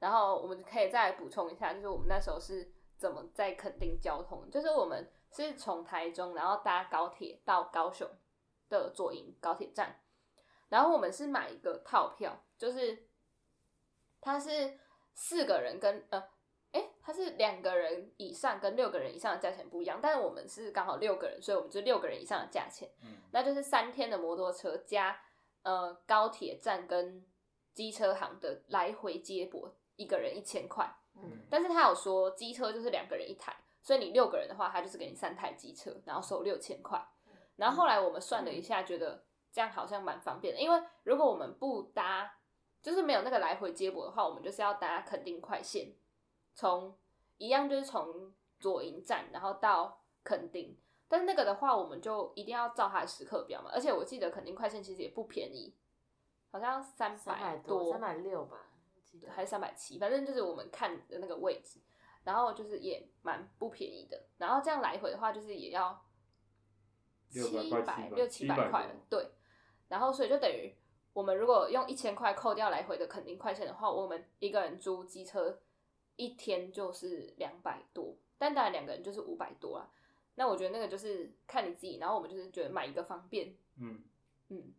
Speaker 2: 然后我们可以再补充一下，就是我们那时候是怎么在垦丁交通，就是我们是从台中，然后搭高铁到高雄的左营高铁站，然后我们是买一个套票，就是它是四个人跟呃，诶，它是两个人以上跟六个人以上的价钱不一样，但是我们是刚好六个人，所以我们就六个人以上的价钱。
Speaker 1: 嗯，
Speaker 2: 那就是三天的摩托车加呃高铁站跟机车行的来回接驳，一个人一千块。
Speaker 3: 嗯，
Speaker 2: 但是他有说机车就是两个人一台，所以你六个人的话，他就是给你三台机车，然后收六千块。然后后来我们算了一下，觉得这样好像蛮方便的，因为如果我们不搭，就是没有那个来回接驳的话，我们就是要搭垦丁快线，从一样就是从左营站，然后到垦丁。但是那个的话，我们就一定要照它的时刻表嘛。而且我记得垦丁快线其实也不便宜，好像三
Speaker 3: 三百
Speaker 2: 多，
Speaker 3: 三百六吧，我记得
Speaker 2: 还是三百七，反正就是我们看的那个位置，然后就是也蛮不便宜的。然后这样来回的话，就是也要
Speaker 1: 600块
Speaker 2: 百
Speaker 1: 700
Speaker 2: 六七百
Speaker 1: 700
Speaker 2: 块了
Speaker 1: 多，
Speaker 2: 对。然后所以就等于我们如果用一千块扣掉来回的肯定快线的话，我们一个人租机车一天就是两百多，但当然两个人就是五百多啦。那我觉得那个就是看你自己，然后我们就是觉得买一个方便，
Speaker 1: 嗯，
Speaker 2: 嗯，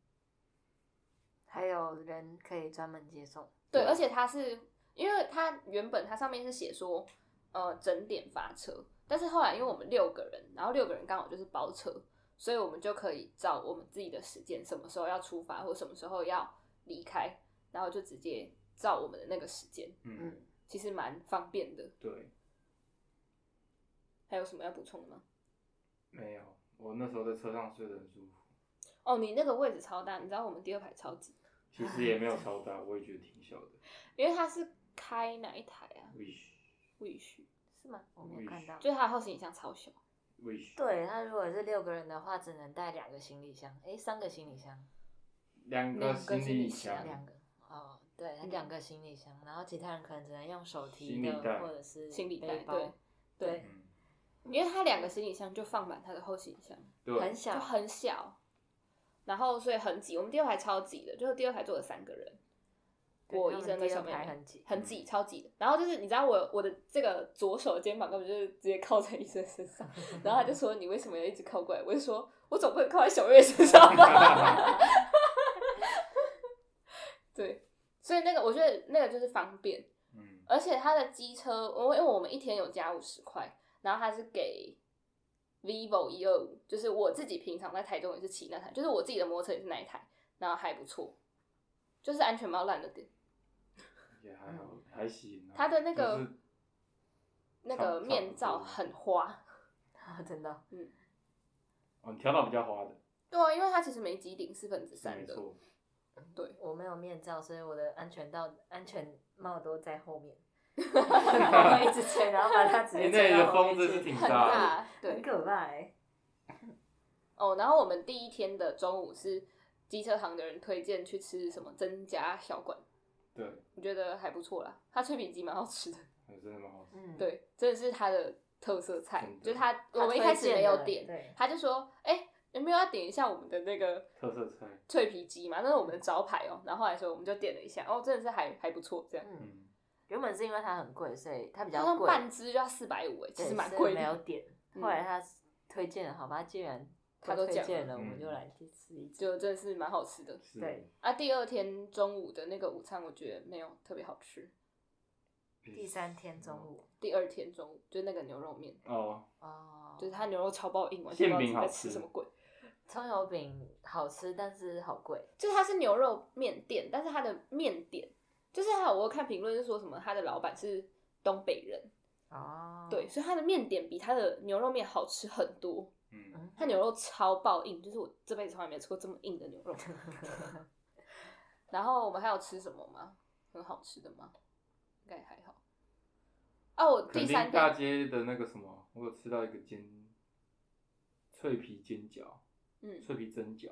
Speaker 3: 还有人可以专门接送，
Speaker 2: 对，
Speaker 1: 对
Speaker 2: 而且它是因为它原本它上面是写说，呃，整点发车，但是后来因为我们六个人，然后六个人刚好就是包车，所以我们就可以照我们自己的时间，什么时候要出发或什么时候要离开，然后就直接照我们的那个时间，
Speaker 1: 嗯，
Speaker 3: 嗯，
Speaker 2: 其实蛮方便的。
Speaker 1: 对，
Speaker 2: 还有什么要补充的吗？
Speaker 1: 没有，我那时候在车上睡得很舒服，
Speaker 2: 哦，你那个位置超大，你知道我们第二排超级，
Speaker 1: 其
Speaker 2: [laughs]
Speaker 1: 实也没有超大，我也觉得挺小的。
Speaker 2: 因为它是开哪一台啊？
Speaker 1: Wish
Speaker 2: 魏旭，
Speaker 3: 是吗？我没有看到。
Speaker 2: 就是它的后行李箱超小，
Speaker 1: Wish，
Speaker 3: 对他如果是六个人的话，只能带两个行李箱，诶，三个行李箱，
Speaker 1: 两个
Speaker 2: 两个
Speaker 1: 行
Speaker 2: 行
Speaker 1: 李
Speaker 2: 李
Speaker 1: 箱
Speaker 2: 箱，
Speaker 3: 两个哦，对，
Speaker 2: 嗯
Speaker 3: 两个行李箱，然后其他人可能只能用手提
Speaker 1: 行李
Speaker 3: 的
Speaker 1: 袋
Speaker 3: 或者是
Speaker 2: 行李袋
Speaker 3: 背包，
Speaker 2: 对，
Speaker 1: 嗯，
Speaker 2: 因为它两个行李箱就放满它的后行李箱。
Speaker 1: 对
Speaker 3: 很，小
Speaker 2: 就，很小，然后所以很挤。我们第二排超挤的，就是第二排坐了三个人，
Speaker 3: 对
Speaker 2: 我
Speaker 3: 他
Speaker 2: 医
Speaker 3: 们
Speaker 2: 生跟
Speaker 3: 第二
Speaker 2: 小妹
Speaker 3: 排
Speaker 2: 妹，
Speaker 3: 很挤，
Speaker 2: 很挤，超挤的。然后就是你知道我我的这个左手的肩膀根本就是直接靠在医生身上，然后他就说你为什么要一直靠过来？我就说我总不能靠在小月身上吧。 [laughs] 对，所以那个我觉得那个就是方便，
Speaker 1: 嗯，
Speaker 2: 而且它的机车，我因为我们一天有加五十块，然后它是给 vivo 一二五，就是我自己平常在台中也是骑那台，就是我自己的摩托车也是那一台，然后还不错，就是安全帽烂了点，
Speaker 1: 也还好，还行啊。
Speaker 2: 它的那个
Speaker 1: 就是
Speaker 2: 那
Speaker 1: 差
Speaker 2: 个
Speaker 1: 不
Speaker 2: 面
Speaker 1: 差不
Speaker 2: 罩
Speaker 1: 多
Speaker 2: 很花。
Speaker 3: [laughs] 真的，
Speaker 1: 哦，你调到比较滑的，
Speaker 2: 对啊，因为它其实没几顶四分之
Speaker 1: 是没
Speaker 2: 三的，
Speaker 1: 错，
Speaker 2: 对，
Speaker 3: 我没有面罩，所以我的安全到安全帽都在后
Speaker 1: [laughs]
Speaker 3: 面，然后一直吹，然后把它直
Speaker 1: 哎那
Speaker 3: 接吹
Speaker 1: 里的
Speaker 3: 到后
Speaker 1: 风真
Speaker 3: 面
Speaker 1: 是啊
Speaker 3: 去，
Speaker 1: 挺
Speaker 2: 很
Speaker 1: 大的，
Speaker 2: 大，对
Speaker 3: 很，可怕哎，
Speaker 2: 哦，然后我们第一天的中午是机车行的人推荐去吃什么增加小馆，
Speaker 1: 对，
Speaker 2: 我觉得还不错啦，它脆皮鸡蛮好吃的。
Speaker 1: 嗯真的蛮好吃。
Speaker 3: 嗯，
Speaker 2: 对，真的是他的特色菜
Speaker 1: 真，的
Speaker 2: 就是他
Speaker 3: 他推荐的，
Speaker 2: 我们一开始没有点，
Speaker 3: 对，
Speaker 2: 他就说，哎、有没有要点一下我们的那个
Speaker 1: 特色菜，
Speaker 2: 脆皮鸡嘛？那是我们的招牌哦。然后后来说我们就点了一下，哦，真的是还还不错，这样。
Speaker 3: 嗯，
Speaker 1: 嗯，
Speaker 3: 原本是因为它很贵，所以它比
Speaker 2: 好
Speaker 3: 较
Speaker 2: 像
Speaker 3: 贵，
Speaker 2: 半只就要四百五，哎，其
Speaker 3: 对
Speaker 2: 实蛮
Speaker 3: 所以
Speaker 2: 贵
Speaker 3: 没有
Speaker 2: 的，
Speaker 3: 点。
Speaker 2: 嗯
Speaker 3: 后来他推荐了，好吧，既然
Speaker 2: 他都
Speaker 3: 推
Speaker 2: 讲
Speaker 3: 荐了，
Speaker 1: 了
Speaker 3: 我就
Speaker 1: 嗯
Speaker 3: 来去吃一
Speaker 2: [laughs]
Speaker 3: 次。
Speaker 2: 就真的是蛮好吃的。
Speaker 1: 是，
Speaker 3: 对
Speaker 2: 啊，第二天中午的那个午餐，我觉得没有特别好吃。
Speaker 3: 第三天中午，
Speaker 2: 第二天中午就那个牛肉面，
Speaker 1: 哦，
Speaker 3: 哦，
Speaker 2: 就是它牛肉超爆硬，完全不知道自己在吃什么鬼。
Speaker 3: 葱油饼好吃，但是好贵。
Speaker 2: 就是它是牛肉面店，但是它的面点，就是还有我有看评论是说什么，它的老板是东北人，
Speaker 3: 哦，
Speaker 2: 对，，所以它的面点比它的牛肉面好吃很多。
Speaker 1: 嗯，
Speaker 3: 嗯，
Speaker 2: 它牛肉超爆硬，就是我这辈子从来没有吃过这么硬的牛肉。然后我们还有吃什么吗？很好吃的吗？应该还好。啊，我
Speaker 1: 肯
Speaker 2: 第
Speaker 1: 定
Speaker 2: 三
Speaker 1: 大街
Speaker 2: 天，
Speaker 1: 的那个什么，我有吃到一个煎脆皮煎饺，
Speaker 2: 嗯，
Speaker 1: 脆皮蒸饺，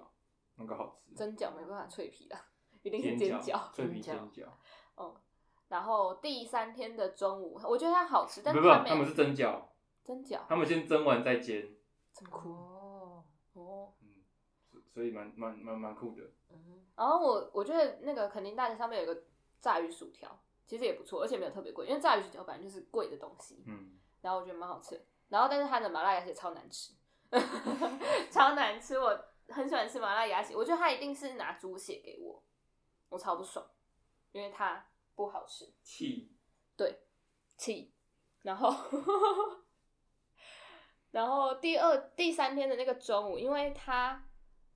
Speaker 1: 那个好吃。
Speaker 2: 蒸饺没办法脆皮啦，一定是
Speaker 1: 煎
Speaker 2: 煎饺。
Speaker 1: 饺，脆皮煎饺，
Speaker 2: 哦，然后第三天的中午，我觉得它好吃，但
Speaker 1: 不
Speaker 2: 是
Speaker 1: 是不是，
Speaker 2: 它没
Speaker 1: 他们是蒸饺，
Speaker 2: 蒸饺，
Speaker 1: 他们先蒸完再煎，
Speaker 2: 这么酷
Speaker 3: 哦，
Speaker 2: 哦。
Speaker 1: 嗯，所所以蛮蛮蛮蛮酷的。
Speaker 3: 嗯，
Speaker 2: 然后我我觉得那个肯丁大街上面有一个炸鱼薯条，其实也不错，而且没有特别贵，因为炸鱼薯条本来就是贵的东西，
Speaker 1: 嗯，
Speaker 2: 然后我觉得蛮好吃的。然后但是它的麻辣鸭血超难吃， [laughs] 超难吃，我很喜欢吃麻辣鸭血，我觉得它一定是拿猪血给我，我超不爽，因为它不好吃。
Speaker 1: 气
Speaker 2: 气，然后然后第二第三天的那个中午，因为它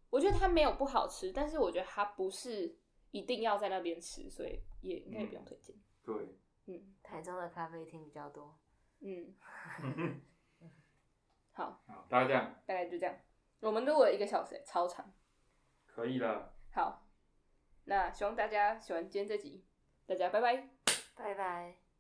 Speaker 2: 我觉得它没有不好吃，但是我觉得它不是一定要在那边吃，所以也应该也不用推荐。
Speaker 1: 对，
Speaker 2: 嗯
Speaker 3: 台中的咖啡厅比较多。
Speaker 2: 嗯，好，
Speaker 1: 好，大家这样
Speaker 2: 大概就这样。我们录了一个小时，超长。
Speaker 1: 可以了，
Speaker 2: 好，那希望大家喜欢今天这集，大家拜拜。
Speaker 3: 拜拜。